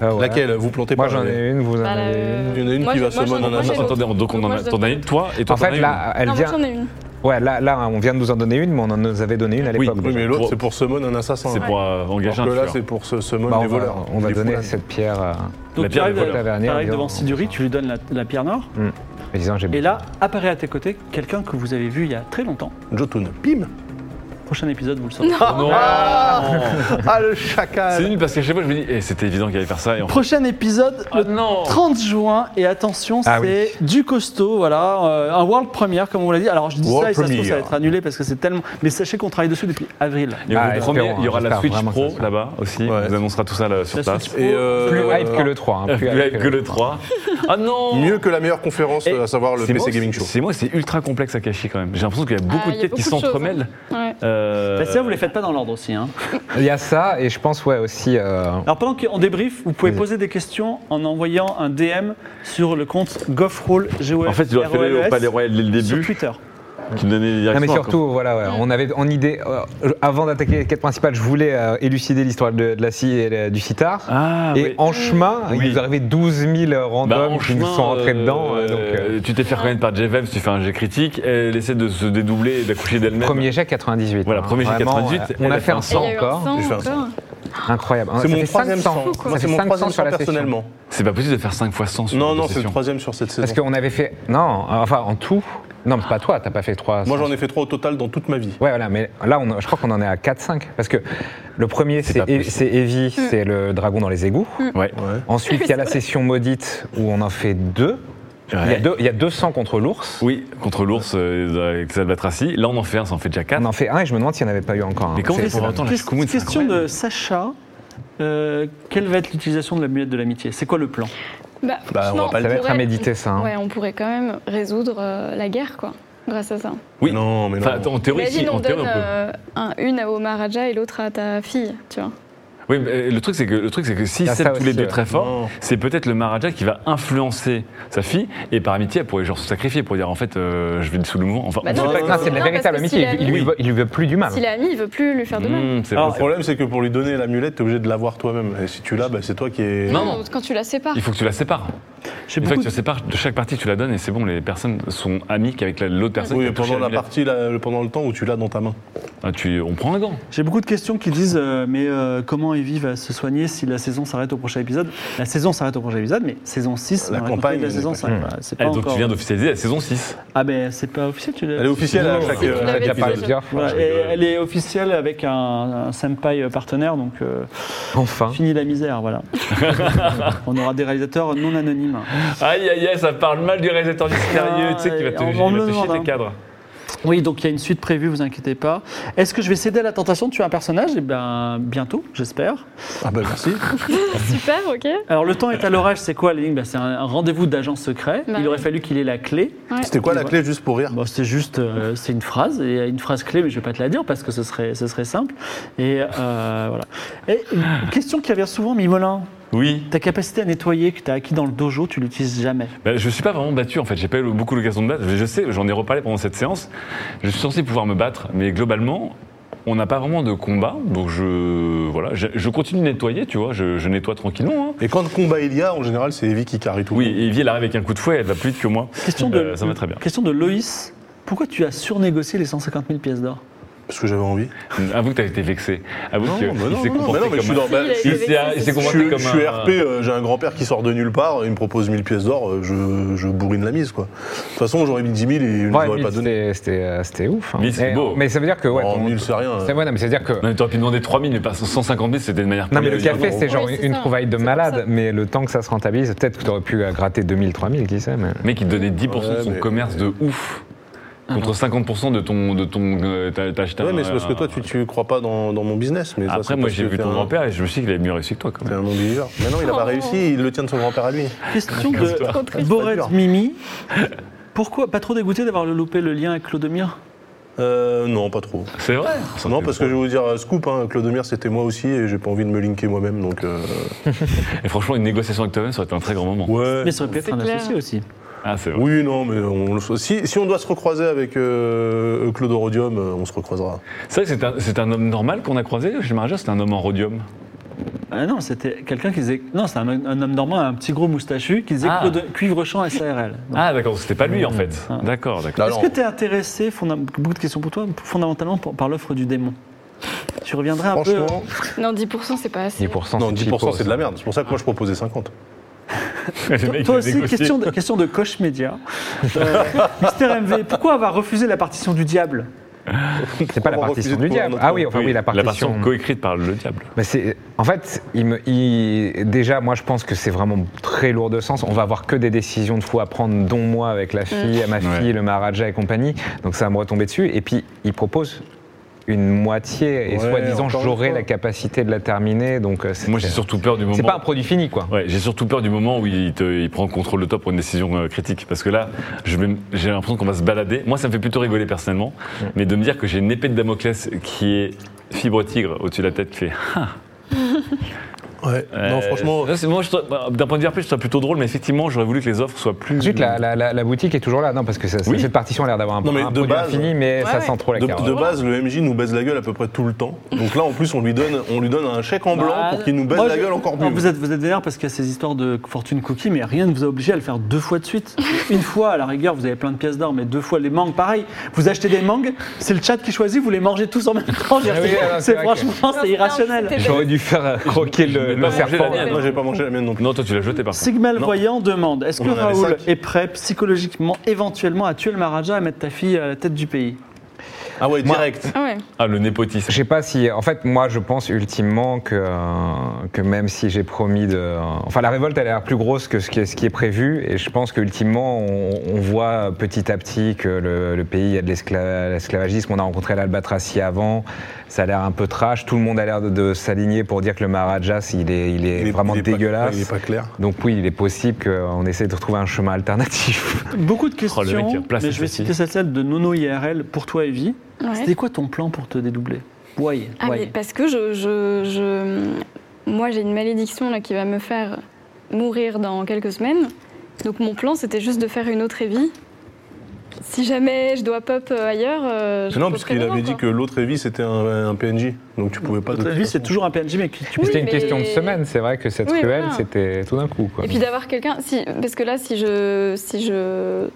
Speaker 6: Ah ouais.
Speaker 4: Laquelle Vous plantez
Speaker 6: Moi
Speaker 4: pas
Speaker 6: j'en
Speaker 4: mais-
Speaker 6: ai une, vous en
Speaker 5: Bah, la-
Speaker 6: avez une.
Speaker 4: Il y en a une
Speaker 5: moi,
Speaker 4: qui
Speaker 5: je-
Speaker 4: va
Speaker 5: moi,
Speaker 4: summon
Speaker 5: j'en ai-
Speaker 4: un
Speaker 5: moi,
Speaker 4: ananas.
Speaker 5: j'ai
Speaker 3: Attends, attendez, on- donc on en
Speaker 5: Moi,
Speaker 3: a-
Speaker 5: je donne
Speaker 3: t'en as
Speaker 5: une.
Speaker 3: une, toi, et toi,
Speaker 6: En
Speaker 3: t'en as
Speaker 6: fait,
Speaker 3: une.
Speaker 6: là, elle
Speaker 5: Non, moi,
Speaker 6: vient.
Speaker 5: j'en ai une.
Speaker 6: Ouais, là, là, on vient de nous en donner une, mais on en nous avait donné une à
Speaker 3: Oui.
Speaker 6: l'époque.
Speaker 4: Oui,
Speaker 6: déjà.
Speaker 4: mais l'autre,
Speaker 3: Pour-
Speaker 4: c'est pour summon un assassin.
Speaker 3: C'est pour euh, engager
Speaker 4: Alors que
Speaker 3: un
Speaker 4: là,
Speaker 3: tueur.
Speaker 4: c'est pour se summon
Speaker 6: Bah, on
Speaker 4: des
Speaker 6: va,
Speaker 4: voleurs.
Speaker 6: on va
Speaker 4: des
Speaker 6: donner
Speaker 4: foulanes.
Speaker 6: cette pierre euh,
Speaker 2: Donc
Speaker 3: La
Speaker 2: tu
Speaker 3: pierre
Speaker 2: arrives,
Speaker 3: du voleur.
Speaker 2: tu arrives
Speaker 6: Tavernier,
Speaker 2: devant
Speaker 6: on-
Speaker 2: Siduri, tu lui donnes la, la pierre noire.
Speaker 6: en disant j'ai
Speaker 2: Et là, apparaît à tes côtés quelqu'un que vous avez vu il y a très longtemps.
Speaker 4: Jotun. Pim
Speaker 2: Prochain épisode, vous le saurez.
Speaker 3: Non
Speaker 4: Ah, le
Speaker 3: C'est
Speaker 4: chacal
Speaker 3: nul parce que chaque fois je me dis, eh, c'était évident qu'il allait faire ça. Et en fait,
Speaker 2: Prochain épisode, le 30 juin. Et attention,
Speaker 6: Ah
Speaker 2: c'est du costaud, voilà. euh, un world premiere, comme on l'a dit. Alors, je dis
Speaker 4: World
Speaker 2: ça et ça se trouve, ça va
Speaker 4: premiere.
Speaker 2: être annulé parce que c'est tellement. Mais sachez qu'on travaille dessus depuis avril.
Speaker 3: il y aura
Speaker 6: Ah,
Speaker 3: le premier,
Speaker 6: espérons,
Speaker 3: il y aura la
Speaker 6: j'espère
Speaker 3: Switch
Speaker 6: vraiment que ça
Speaker 3: Pro
Speaker 6: sera.
Speaker 3: là-bas aussi.
Speaker 4: Ouais.
Speaker 3: On vous annoncera tout ça là, sur
Speaker 2: La
Speaker 3: place.
Speaker 2: Switch
Speaker 4: Et euh,
Speaker 6: plus hype que le 3. hein,
Speaker 3: Plus hype que le 3.
Speaker 7: Ah non
Speaker 4: Mieux que la meilleure conférence, euh,
Speaker 7: Et
Speaker 4: à savoir le
Speaker 7: C'est
Speaker 4: PC
Speaker 7: moi,
Speaker 4: Gaming
Speaker 7: c'est-
Speaker 4: Show.
Speaker 7: C'est moi, c'est ultra complexe Akashi quand même. J'ai l'impression qu'il y a beaucoup
Speaker 5: Ah, il y
Speaker 7: de
Speaker 5: a
Speaker 7: quêtes qui
Speaker 5: beaucoup de choses, hein.
Speaker 7: s'entremêlent.
Speaker 5: Ouais.
Speaker 7: Euh,
Speaker 2: Bah, ça, vous les faites pas dans l'ordre aussi. hein.
Speaker 6: Il y a ça, et je pense, ouais, aussi. euh,
Speaker 2: Alors pendant qu'on débrief, vous pouvez
Speaker 6: Vas-y.
Speaker 2: poser des questions en envoyant un DM sur le compte GoffRoll, GOF,
Speaker 3: En fait, il aurait fallu aller au Palais Royal dès le
Speaker 2: E sur
Speaker 3: début,
Speaker 2: Twitter.
Speaker 3: qui donnait les
Speaker 6: Non
Speaker 3: directions.
Speaker 6: mais
Speaker 3: à-
Speaker 6: surtout, voilà, ouais, on avait en idée, euh, je- avant d'attaquer les quêtes principales, je voulais euh, élucider l'histoire de, de la scie et la- du sitar.
Speaker 7: Ah,
Speaker 6: et
Speaker 7: oui.
Speaker 6: en chemin,
Speaker 7: Oui.
Speaker 6: il nous arrivait 12 000
Speaker 7: Bah,
Speaker 6: randoms
Speaker 7: en
Speaker 6: qui nous
Speaker 7: chemin,
Speaker 6: sont rentrés
Speaker 7: euh,
Speaker 6: dedans. euh, donc, euh,
Speaker 3: Tu t'es fait reconnaître par JVM si tu fais un jet critique. Elle essaie de se dédoubler et d'accoucher d'elle-même.
Speaker 6: premier jet 98.
Speaker 3: Voilà, premier jet
Speaker 6: vraiment,
Speaker 3: 98,
Speaker 6: euh,
Speaker 3: elle
Speaker 6: On
Speaker 3: a
Speaker 6: a
Speaker 3: fait
Speaker 6: fait
Speaker 3: un
Speaker 6: un
Speaker 5: Et il
Speaker 6: 100
Speaker 5: y a eu un
Speaker 6: encore.
Speaker 5: sang
Speaker 4: Je fais un
Speaker 5: encore.
Speaker 6: Incroyable. Ça
Speaker 4: C'est mon
Speaker 6: fait
Speaker 4: troisième
Speaker 6: 500.
Speaker 4: 100.
Speaker 5: quoi.
Speaker 6: Ça
Speaker 4: C'est
Speaker 6: fait
Speaker 4: mon
Speaker 6: 500
Speaker 4: troisième
Speaker 6: sur
Speaker 4: 100
Speaker 6: la session.
Speaker 4: personnellement.
Speaker 3: C'est pas possible de faire 5 fois 100 sur
Speaker 4: Non,
Speaker 3: une
Speaker 4: non, c'est le
Speaker 3: session.
Speaker 4: troisième sur cette
Speaker 6: Parce
Speaker 4: saison.
Speaker 6: qu'on avait fait. Non, enfin, en tout. Non, mais pas toi, t'as pas fait 3.
Speaker 4: Moi, j'en ai fait trois au total dans toute ma vie.
Speaker 6: Ouais, voilà, mais là, on, je crois qu'on en est à 4-5. Parce que le premier, c'est
Speaker 3: pas possible.
Speaker 6: c'est Evie,
Speaker 5: Mm.
Speaker 6: c'est le dragon dans les égouts.
Speaker 3: Ouais.
Speaker 6: Ensuite, il y a la session maudite où on en fait deux. Il, y a
Speaker 3: Ouais.
Speaker 6: deux il y a 200 contre l'ours.
Speaker 3: Oui, contre l'ours euh, avec Salvatraci. Là, on en fait un, ça en fait déjà 4.
Speaker 6: On en fait un et je me demande s'il n'y en avait pas eu encore un.
Speaker 3: Mais comment
Speaker 6: C'est-
Speaker 3: on fait pour autant la
Speaker 2: Question-
Speaker 3: Shkumun, c'est
Speaker 2: question
Speaker 3: incroyable.
Speaker 2: de Sacha. euh, quelle va être l'utilisation de la mulette de l'amitié C'est quoi le plan
Speaker 5: Bah,
Speaker 4: Bah, on va
Speaker 5: franchement,
Speaker 4: pas le
Speaker 6: Ça va être
Speaker 5: pourrait-
Speaker 6: à méditer, ça. hein.
Speaker 5: Ouais, on pourrait quand même résoudre euh, la guerre, quoi, grâce à ça.
Speaker 3: Oui.
Speaker 4: Non, mais non.
Speaker 3: Enfin, en théorie, si,
Speaker 5: Imagine, on
Speaker 3: en théorie,
Speaker 5: donne
Speaker 3: on peut.
Speaker 5: euh, un- une à Omaraja et l'autre à ta fille, tu vois.
Speaker 3: Oui, mais euh, le truc, c'est que, le truc, c'est que si
Speaker 6: Il y a
Speaker 3: c'est
Speaker 6: ça
Speaker 3: tous les
Speaker 6: aussi,
Speaker 3: deux
Speaker 6: ouais.
Speaker 3: très forts,
Speaker 4: Non.
Speaker 3: c'est peut-être le Maharaja qui va influencer sa fille et par amitié, elle pourrait genre se sacrifier pour dire en fait, euh, je vais sous le mouvement. Enfin,
Speaker 5: Bah
Speaker 3: on
Speaker 5: non,
Speaker 3: sait pas
Speaker 6: Non, c'est de la
Speaker 5: Non,
Speaker 6: véritable
Speaker 5: parce que s'il
Speaker 6: amitié.
Speaker 5: a-
Speaker 6: Il, il lui
Speaker 3: Oui.
Speaker 6: veut, il lui veut plus du mal.
Speaker 5: S'il est ami, il veut plus lui faire de mal.
Speaker 3: Mmh, c'est
Speaker 2: Alors,
Speaker 3: vrai,
Speaker 4: Le
Speaker 3: c'est
Speaker 4: problème, c'est que pour lui donner l'amulette, t'es obligé de l'avoir toi-même. Et si tu l'as, bah, c'est toi qui es.
Speaker 3: Non, non.
Speaker 5: Quand tu la sépares.
Speaker 3: Il faut que tu la sépares.
Speaker 2: J'ai
Speaker 3: Une
Speaker 2: beaucoup
Speaker 3: fois que
Speaker 2: de-
Speaker 3: tu la sépares, de chaque partie, tu la donnes et c'est bon, les personnes sont amies qu'avec la- l'autre personne.
Speaker 4: Oui,
Speaker 3: qui a
Speaker 4: mais
Speaker 3: touché
Speaker 4: pendant la
Speaker 3: l'amulette.
Speaker 4: partie, là, pendant le temps où tu l'as dans ta main.
Speaker 3: Ah, tu- on prend un gant.
Speaker 2: J'ai beaucoup de questions qui disent euh, mais euh, comment Evie va se soigner si la saison s'arrête au prochain épisode La saison s'arrête au prochain épisode, mais saison 6,
Speaker 4: La
Speaker 2: on a raconté
Speaker 4: campagne
Speaker 2: de la
Speaker 4: n'est
Speaker 2: saison
Speaker 4: pas
Speaker 2: 5.
Speaker 6: finie.
Speaker 2: voilà, c'est
Speaker 3: Allez,
Speaker 2: pas
Speaker 3: donc
Speaker 2: encore-
Speaker 3: tu viens d'officialiser la saison 6.
Speaker 2: Ah ben c'est pas officiel, tu l'as.
Speaker 4: Elle est officielle Ah, à
Speaker 2: Non,
Speaker 4: chaque.
Speaker 5: c'est
Speaker 4: euh,
Speaker 5: qu'il
Speaker 6: On a
Speaker 5: avait
Speaker 6: déjà
Speaker 5: dit
Speaker 6: parlé
Speaker 5: déjà.
Speaker 6: plusieurs fois.
Speaker 2: Voilà, et elle est officielle avec un, un senpai partenaire, donc euh,
Speaker 6: Enfin.
Speaker 4: Hein
Speaker 2: fini la misère, voilà. on aura des réalisateurs non anonymes.
Speaker 3: Aïe aïe aïe, ça parle mal du réalisateur du scénario,
Speaker 2: Ah,
Speaker 3: tu sais, qui va te,
Speaker 2: on
Speaker 3: il
Speaker 2: va me
Speaker 3: va
Speaker 2: le
Speaker 3: te chier
Speaker 2: demander,
Speaker 3: tes
Speaker 2: hein.
Speaker 3: cadres.
Speaker 2: Oui, donc il y a une suite prévue, vous inquiétez pas. Est-ce que je vais céder à la tentation de tuer un personnage Eh bien, bientôt, j'espère.
Speaker 4: Ah, bah, merci.
Speaker 5: Super, ok.
Speaker 2: Alors, le temps est à l'orage, c'est quoi, l'énigme Bah, C'est un un rendez-vous d'agent secret.
Speaker 5: Bah
Speaker 2: il aurait
Speaker 5: oui.
Speaker 2: fallu qu'il ait la clé.
Speaker 4: C'était quoi la clé juste pour rire
Speaker 2: Bon, c'est juste, euh, c'est une phrase, et une phrase clé, mais je vais pas te la dire parce que ce serait, ce serait simple. Et euh, voilà. Et une question qui revient souvent, Mimolin,
Speaker 3: Oui.
Speaker 2: ta capacité à nettoyer que tu as acquis dans le dojo, tu l'utilises jamais.
Speaker 3: Bah, je ne suis pas vraiment battu en fait, j'ai pas eu beaucoup l'occasion de battre. Je sais, j'en ai reparlé pendant cette séance. Je suis censé pouvoir me battre, mais globalement, on n'a pas vraiment de combat. Donc je, voilà, je, je continue de nettoyer, tu vois, je, je nettoie tranquillement. hein.
Speaker 4: Et quand combat il y a, en général, c'est Evie qui carry tout.
Speaker 3: Oui, et Evie, elle arrive avec un coup de fouet, elle va plus vite que moi.
Speaker 2: Question de,
Speaker 3: Euh, ça va très bien.
Speaker 2: Question de Loïs, pourquoi tu as surnégocié les 150 000 pièces d'or
Speaker 4: Parce que j'avais envie.
Speaker 3: Avoue que t'as été vexé. Avoue
Speaker 4: Non,
Speaker 3: que
Speaker 4: bah non,
Speaker 3: il s'est
Speaker 4: non, non,
Speaker 3: comporté
Speaker 4: mais non, mais je suis
Speaker 3: comme un-
Speaker 4: dans. bah,
Speaker 5: Il a
Speaker 3: Il
Speaker 4: je-
Speaker 3: s'est- il s'est
Speaker 5: Je
Speaker 4: Je
Speaker 3: comporté
Speaker 4: suis,
Speaker 3: comme
Speaker 4: je suis
Speaker 3: un-
Speaker 4: RP, euh, j'ai un grand-père qui sort de nulle part, il me propose 1000 pièces d'or, euh, je, je bourrine la mise quoi. De toute façon, j'aurais mis 10 000 et il ne
Speaker 6: Ouais,
Speaker 4: m'aurait
Speaker 6: mille,
Speaker 4: pas donné.
Speaker 6: c'était- C'était euh, c'était ouf. hein.
Speaker 3: Mille, c'est
Speaker 6: Mais-
Speaker 3: beau.
Speaker 6: Mais ça veut dire que. ouais,
Speaker 4: En
Speaker 6: ton-
Speaker 4: 1000, c'est rien.
Speaker 6: C'est ouais, non, mais ça veut dire que.
Speaker 3: Non, mais t'aurais pu demander 3000, mais pas 150 000, c'était de manière
Speaker 6: Non, mais le
Speaker 3: plus-
Speaker 6: café, c'est genre
Speaker 5: Oui, c'est
Speaker 6: une
Speaker 5: ça.
Speaker 6: trouvaille de
Speaker 5: C'est pour ça.
Speaker 6: malade, mais le temps que ça se rentabilise, peut-être que tu aurais pu euh, gratter 2000, 3000, qui sait. Mais...
Speaker 3: Le mec, il te donnait 10% de
Speaker 4: Ouais,
Speaker 3: son
Speaker 4: mais-
Speaker 3: commerce de ouf.
Speaker 6: Ah
Speaker 3: Contre 50% de ton. De ton euh, t'as- t'as acheté
Speaker 4: Ouais, mais
Speaker 3: un-
Speaker 4: c'est parce que toi, tu ne crois pas dans, dans mon business. Mais ça,
Speaker 3: Après,
Speaker 4: c'est
Speaker 3: moi,
Speaker 4: parce
Speaker 3: j'ai
Speaker 4: que
Speaker 3: vu
Speaker 4: t'es
Speaker 3: ton
Speaker 4: un-
Speaker 3: grand-père et je me suis dit qu'il avait mieux réussi que toi, quand
Speaker 4: T'es
Speaker 3: même.
Speaker 4: un non-believer. Mais non, il n'a pas
Speaker 5: Oh.
Speaker 4: réussi, il le tient de son grand-père à lui.
Speaker 2: Question de Boret
Speaker 4: Pas dur.
Speaker 2: Mimi, pourquoi pas trop dégoûté d'avoir loupé le lien avec Clodomir
Speaker 4: Euh, non, pas trop.
Speaker 3: C'est vrai
Speaker 4: Non, parce que je vais vous dire, euh, scoop, hein, Claude Mire, c'était moi aussi, et j'ai pas envie de me linker moi-même, donc. euh,
Speaker 3: Et franchement, une négociation avec toi-même, ça aurait été un très grand moment.
Speaker 4: Ouais.
Speaker 2: Mais ça aurait pu être
Speaker 5: C'est
Speaker 2: un
Speaker 5: clair.
Speaker 2: associé aussi.
Speaker 3: Ah, c'est vrai.
Speaker 4: Oui, non, mais on le- si, si on doit se recroiser avec euh, Claude Rhodium, euh, on se recroisera.
Speaker 3: C'est vrai que c'est un- c'est un, homme normal qu'on a croisé chez Maraja, c'était un homme en rhodium.
Speaker 2: Ah non, c'était quelqu'un qui disait. Non, c'est un, un homme normand, un petit gros moustachu, qui disait
Speaker 3: Ah.
Speaker 2: Claude- cuivre champ SARL. Donc,
Speaker 3: Ah, d'accord, c'était pas
Speaker 6: Mmh.
Speaker 3: lui, en fait.
Speaker 6: Ah.
Speaker 3: D'accord, d'accord.
Speaker 2: Est-ce que tu es intéressé, fonda- beaucoup de questions pour toi, fondamentalement pour- par l'offre du démon Tu reviendrais un peu. hein.
Speaker 4: Franchement,
Speaker 5: Non, 10%, c'est pas assez.
Speaker 6: 10%,
Speaker 4: non,
Speaker 6: c'est
Speaker 4: 10%
Speaker 6: cheapo,
Speaker 4: c'est de la merde. C'est pour ça que moi je proposais 50.
Speaker 3: Le
Speaker 2: Toi,
Speaker 3: mec,
Speaker 2: toi
Speaker 3: il a
Speaker 2: aussi,
Speaker 3: négocié.
Speaker 2: question de, question de Koch Media. Euh, Mister MV, pourquoi avoir refusé la partition du diable
Speaker 6: C'est pas la
Speaker 4: Comment refuser
Speaker 6: partition
Speaker 4: de
Speaker 6: du
Speaker 4: courir
Speaker 6: diable.
Speaker 4: notre
Speaker 6: Ah
Speaker 4: temps
Speaker 6: oui, enfin oui, la
Speaker 3: La partition
Speaker 6: partition.
Speaker 3: coécrite par le diable.
Speaker 6: Mais c'est- en fait, il me, il- déjà, moi, je pense que c'est vraiment très lourd de sens. On va avoir que des décisions de fou à prendre, dont moi
Speaker 5: Mm.
Speaker 6: avec la fille, ma fille,
Speaker 3: Ouais.
Speaker 6: le Maharaja et compagnie. Donc ça va me retomber dessus. Et puis, il propose une moitié, et
Speaker 4: Ouais,
Speaker 6: soi-disant
Speaker 4: encore une
Speaker 6: j'aurais
Speaker 4: fois.
Speaker 6: la capacité de la terminer, donc euh, c'est
Speaker 3: Moi, j'ai surtout peur du moment.
Speaker 6: c'est pas un produit fini quoi.
Speaker 3: Ouais, j'ai surtout peur du moment où il, te- il prend le contrôle de toi pour une décision euh, critique. Parce que là, je vais m- j'ai l'impression qu'on va se balader. Moi, ça me fait plutôt rigoler personnellement. Mais de me dire que j'ai une épée de Damoclès qui est fibre tigre au-dessus de la tête qui fait.
Speaker 4: Ouais. non,
Speaker 3: euh,
Speaker 4: franchement,
Speaker 3: non, c'est- moi, je serais- bah, d'un point de vue RPG, je serais plutôt drôle, mais effectivement, j'aurais voulu que les offres soient plus.
Speaker 6: Ensuite, la, la- la- la boutique est toujours là, non, parce que ça- ça-
Speaker 3: Oui.
Speaker 6: cette partition a l'air d'avoir un,
Speaker 4: Non, mais
Speaker 6: un
Speaker 4: de
Speaker 6: produit
Speaker 4: base-
Speaker 6: infini, mais
Speaker 5: Ouais,
Speaker 6: ça
Speaker 5: ouais.
Speaker 6: sent trop la
Speaker 4: de,
Speaker 6: carotte.
Speaker 4: de base, le MJ nous baise la gueule à peu près tout le temps. Donc là, en plus, on lui donne, on lui donne un chèque en blanc pour qu'il nous baise
Speaker 2: Bah, Moi,
Speaker 4: la
Speaker 2: je-
Speaker 4: gueule encore
Speaker 2: Non,
Speaker 4: plus.
Speaker 2: Vous êtes, vous êtes vénère parce qu'il y a ces histoires de fortune cookie, mais rien ne vous a obligé à le faire deux fois de suite. Une fois, à la rigueur, vous avez plein de pièces d'or, mais deux fois les mangues, pareil. Vous achetez des mangues, c'est le chat qui choisit, vous les mangez tous en même temps.
Speaker 6: Ah oui, alors, c'est
Speaker 2: c'est
Speaker 6: vrai
Speaker 2: franchement, c'est
Speaker 5: c'était
Speaker 2: irrationnel.
Speaker 5: un- c'était-
Speaker 6: J'aurais dû faire euh, croquer le,
Speaker 3: J'ai pas
Speaker 6: le
Speaker 3: mangé
Speaker 6: serpent.
Speaker 3: la mienne.
Speaker 4: Moi, j'ai pas mangé la mienne non plus.
Speaker 3: Non, toi, tu l'as jeté par contre.
Speaker 2: Sigmal
Speaker 4: Non.
Speaker 2: Voyant demande Est-ce
Speaker 4: On
Speaker 2: que
Speaker 4: en a les
Speaker 2: Raoul
Speaker 4: cinq.
Speaker 2: est prêt psychologiquement, éventuellement, à tuer le Maharaja et mettre ta fille à la tête du pays
Speaker 4: Ah ouais, direct.
Speaker 5: Ah ouais.
Speaker 3: Ah, le népotisme.
Speaker 6: Je sais pas si. En fait, moi, je pense ultimement que, euh, que même si j'ai promis de. euh, Enfin, la révolte, elle a l'air plus grosse que ce qui est, ce qui est prévu. Et je pense qu'ultimement, on, on voit petit à petit que le, le pays, il y a de l'escla- l'esclavagisme. On a rencontré l'Albatracie avant. Ça a l'air un peu trash. Tout le monde a l'air de, de s'aligner pour dire que le Maharajas, il est, il est vraiment
Speaker 4: il est pas-
Speaker 6: dégueulasse.
Speaker 4: Il est pas clair.
Speaker 6: Donc, oui, il est possible qu'on essaie de trouver un chemin alternatif.
Speaker 2: Beaucoup de
Speaker 3: Oh, le mec qui
Speaker 2: questions,
Speaker 3: replace
Speaker 2: mais
Speaker 3: les
Speaker 2: je vais
Speaker 3: fessiers.
Speaker 2: citer cette scène de Nono IRL pour toi, Evie.
Speaker 5: ouais.
Speaker 2: C'était quoi ton plan pour te dédoubler Why
Speaker 5: Ah, mais
Speaker 2: Why
Speaker 5: parce que je, je, je- moi j'ai une malédiction là qui va me faire mourir dans quelques semaines. Donc mon plan c'était juste de faire une autre Evie. Si jamais je dois pop euh, ailleurs, euh, je
Speaker 4: Non,
Speaker 5: poperai
Speaker 4: parce qu'il
Speaker 5: dedans,
Speaker 4: avait
Speaker 5: quoi.
Speaker 4: dit que l'autre Evie c'était un, un PNJ, donc tu pouvais pas. de
Speaker 2: Votre
Speaker 4: toute
Speaker 2: vie,
Speaker 4: façon.
Speaker 2: c'est toujours un PNJ, mais qui tu
Speaker 5: Oui,
Speaker 6: C'était une
Speaker 5: mais-
Speaker 6: question de semaine. C'est vrai que cette
Speaker 5: Oui,
Speaker 6: ruelle,
Speaker 5: voilà.
Speaker 6: c'était tout d'un coup. Quoi.
Speaker 5: Et puis d'avoir quelqu'un, si, parce que là si je, si je,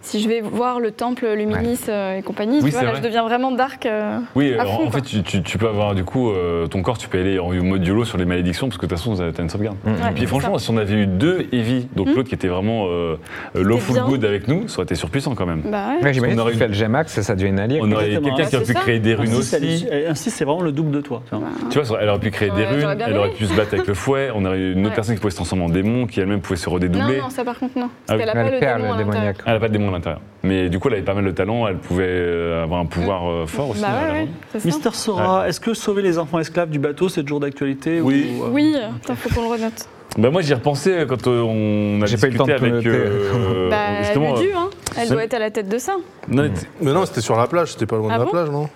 Speaker 5: si je vais voir le temple Luminis euh, et compagnie,
Speaker 3: Oui,
Speaker 5: tu vois,
Speaker 3: c'est
Speaker 5: là
Speaker 3: vrai.
Speaker 5: je deviens vraiment dark. euh.
Speaker 3: Oui,
Speaker 5: à
Speaker 3: alors,
Speaker 5: fond,
Speaker 3: en
Speaker 5: quoi.
Speaker 3: fait, tu, tu- tu peux avoir du coup euh, ton corps, tu peux aller en mode YOLO sur les malédictions parce que de toute façon, t'as une sauvegarde.
Speaker 6: Mm, mm.
Speaker 5: Ouais.
Speaker 3: Et puis franchement, si on avait eu deux Evie, donc
Speaker 5: Mm.
Speaker 3: l'autre qui était vraiment euh, low
Speaker 5: C'était
Speaker 3: full
Speaker 5: bien.
Speaker 3: good avec nous, ça aurait été surpuissant quand même.
Speaker 5: Bah ouais.
Speaker 6: Ouais, j'imagine
Speaker 3: On
Speaker 6: que
Speaker 3: aurait
Speaker 6: si
Speaker 3: eu-
Speaker 6: tu fais le Gemax, ça, ça devient une alliée.
Speaker 3: On aurait
Speaker 2: Exactement.
Speaker 3: quelqu'un qui
Speaker 5: Ah,
Speaker 3: aurait
Speaker 5: c'est
Speaker 3: pu
Speaker 5: ça.
Speaker 3: créer des runes
Speaker 2: Ainsi, ça
Speaker 3: aussi.
Speaker 2: lui- euh, ainsi, c'est vraiment le double de toi. tu
Speaker 5: Bah,
Speaker 2: vois.
Speaker 3: Tu vois, elle aurait pu créer des
Speaker 5: Ouais, j'aurais
Speaker 3: runes,
Speaker 5: bien
Speaker 3: elle
Speaker 5: aimé.
Speaker 3: aurait pu se battre avec le fouet, on aurait eu une autre
Speaker 5: Ouais.
Speaker 3: personne qui pouvait se transformer en démon, qui elle-même pouvait se
Speaker 5: Non,
Speaker 3: redédoubler.
Speaker 5: non, ça par contre non.
Speaker 3: Ah
Speaker 5: Parce
Speaker 3: oui.
Speaker 5: qu'elle a
Speaker 6: Ouais,
Speaker 5: pas
Speaker 6: le
Speaker 5: le
Speaker 6: perle,
Speaker 5: démon hein, à
Speaker 6: le
Speaker 5: l'intérieur.
Speaker 6: démoniaque.
Speaker 3: Elle n'a pas de démon à l'intérieur. Mais du coup, elle avait pas mal de talent, elle pouvait euh, avoir un pouvoir euh, fort aussi.
Speaker 5: Bah
Speaker 3: euh,
Speaker 5: ouais, ouais,
Speaker 3: là-bas.
Speaker 5: c'est ça.
Speaker 2: Mister Sora, est-ce que sauver les enfants esclaves du bateau, c'est toujours d'actualité
Speaker 4: Oui.
Speaker 2: ou, euh,
Speaker 5: Oui, putain, faut qu'on le renote.
Speaker 3: Bah moi, j'y repensais quand euh, on a
Speaker 6: J'ai pas
Speaker 3: discuté
Speaker 6: eu le temps de
Speaker 3: avec...
Speaker 6: tout noter.
Speaker 3: euh,
Speaker 5: Bah,
Speaker 3: justement,
Speaker 5: le
Speaker 3: euh,
Speaker 5: dû, hein. Elle
Speaker 3: c'est-
Speaker 5: doit être à la tête de ça.
Speaker 3: non, mais t-
Speaker 4: Mais non, c'était sur la plage, c'était pas loin
Speaker 5: Ah
Speaker 4: de la
Speaker 5: bon
Speaker 4: plage, non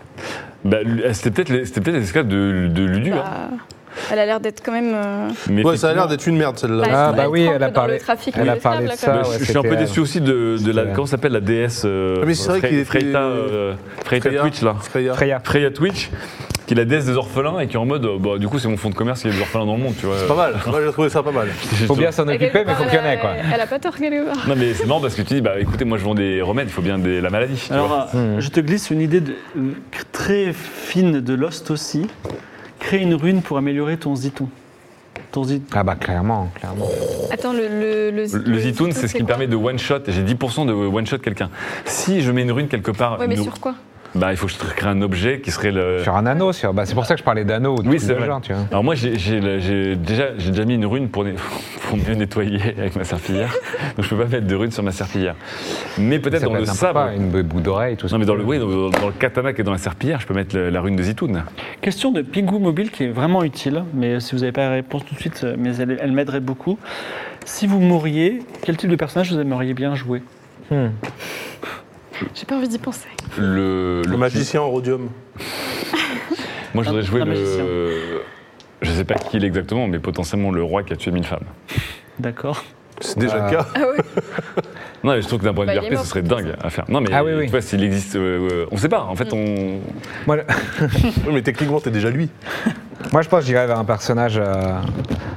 Speaker 3: Bah, lui- c'était peut-être les- c'était peut-être les esclaves de, de Ludu. hein.
Speaker 5: Bah, elle a l'air d'être quand même. euh,
Speaker 3: Mais
Speaker 4: Ouais, ça a l'air
Speaker 3: effectivement,
Speaker 4: d'être une merde celle-là.
Speaker 6: Ah,
Speaker 5: elle
Speaker 6: bah oui,
Speaker 5: trempe
Speaker 6: elle a
Speaker 5: dans
Speaker 6: parlé-
Speaker 5: le trafic
Speaker 6: elle a
Speaker 5: des
Speaker 6: parlé
Speaker 5: esclaves,
Speaker 6: de
Speaker 5: là,
Speaker 6: ça,
Speaker 5: quand
Speaker 3: Je- je
Speaker 6: ouais,
Speaker 3: suis un peu
Speaker 6: c'était, euh,
Speaker 3: déçu aussi de, de la.
Speaker 6: c'était-
Speaker 3: Comment s'appelle la déesse euh,
Speaker 4: Ah, Mais c'est vrai
Speaker 3: Fre-
Speaker 4: qu'il était-
Speaker 3: Freita, euh, Freita
Speaker 4: Freya.
Speaker 3: Twitch là.
Speaker 4: Freya.
Speaker 6: euh, Freya.
Speaker 3: Freya Twitch, qui est la déesse des orphelins et qui est en mode. euh, Bah, du coup, c'est mon fonds de commerce, il y a des orphelins dans le monde, tu vois.
Speaker 4: C'est pas mal, moi j'ai trouvé ça pas mal.
Speaker 6: Faut bien s'en
Speaker 5: même.
Speaker 6: occuper, mais faut qu'il y en ait,
Speaker 5: Elle-
Speaker 6: quoi.
Speaker 5: Elle a pas tort, quelque part.
Speaker 3: Non, mais c'est marrant parce que tu dis, bah écoutez, moi je vends des remèdes, il faut bien des, la maladie. tu vois.
Speaker 2: Alors, euh,
Speaker 6: Mhm.
Speaker 2: je te glisse une idée de- euh, très fine de Lost aussi. Crée une rune pour améliorer ton ziton. Ton zit-
Speaker 6: Ah bah clairement, clairement.
Speaker 5: Attends, le. Le,
Speaker 3: Oh. Le- le zitoun, c'est ce qui me
Speaker 5: quoi
Speaker 3: permet de one shot, et j'ai 10% de one shot quelqu'un. Si je mets une rune quelque part,
Speaker 5: Ouais, mais
Speaker 3: nous-
Speaker 5: sur quoi
Speaker 3: bah, il faut que je crée un objet qui serait le.
Speaker 6: Sur un anneau, sur... Bah, c'est pour ça que je parlais d'anneau. ou de
Speaker 3: Oui,
Speaker 6: trucs
Speaker 3: c'est
Speaker 6: de
Speaker 3: vrai.
Speaker 6: genre, tu vois.
Speaker 3: Alors moi j'ai j'ai le- j'ai déjà, j'ai déjà mis une rune pour, né- pour mieux nettoyer avec ma serpillière, donc je peux pas mettre de rune sur ma serpillière. Mais peut-être
Speaker 6: Ça
Speaker 3: dans
Speaker 6: peut
Speaker 3: le
Speaker 6: être n'importe
Speaker 3: sabre.
Speaker 6: quoi, une bou- boule d'oreille, tout ça.
Speaker 3: Non mais dans le, oui, dans, dans- dans le katana qui est dans la serpillière, je peux mettre le- la rune de Zitoun.
Speaker 2: Question de Pingou Mobile qui est vraiment utile, mais si vous n'avez pas la réponse tout de suite, euh, mais elle, elle m'aiderait beaucoup. Si vous mouriez, quel type de personnage vous aimeriez bien jouer
Speaker 5: J'ai pas envie d'y penser.
Speaker 3: Le,
Speaker 4: Le magicien en rhodium.
Speaker 3: Moi je voudrais
Speaker 2: Un-
Speaker 3: jouer
Speaker 2: un
Speaker 3: le... Je sais pas qui il est exactement, mais potentiellement le roi qui a tué mille femmes.
Speaker 2: D'accord.
Speaker 4: C'est déjà
Speaker 6: Ah.
Speaker 4: le cas.
Speaker 5: Ah ouais
Speaker 3: Non, mais je trouve que d'un point de
Speaker 5: Bah,
Speaker 3: vue
Speaker 5: il est
Speaker 3: RP, ce
Speaker 5: mort,
Speaker 3: serait
Speaker 5: de toute
Speaker 3: dingue à faire. Non, mais
Speaker 6: Ah oui, oui.
Speaker 3: tu vois, s'il existe. euh, euh, on sait pas, en
Speaker 5: Mm.
Speaker 3: fait, on.
Speaker 6: Moi, je-
Speaker 4: Oui, mais techniquement, t'es déjà lui.
Speaker 6: Moi, je pense que j'irais vers un personnage euh,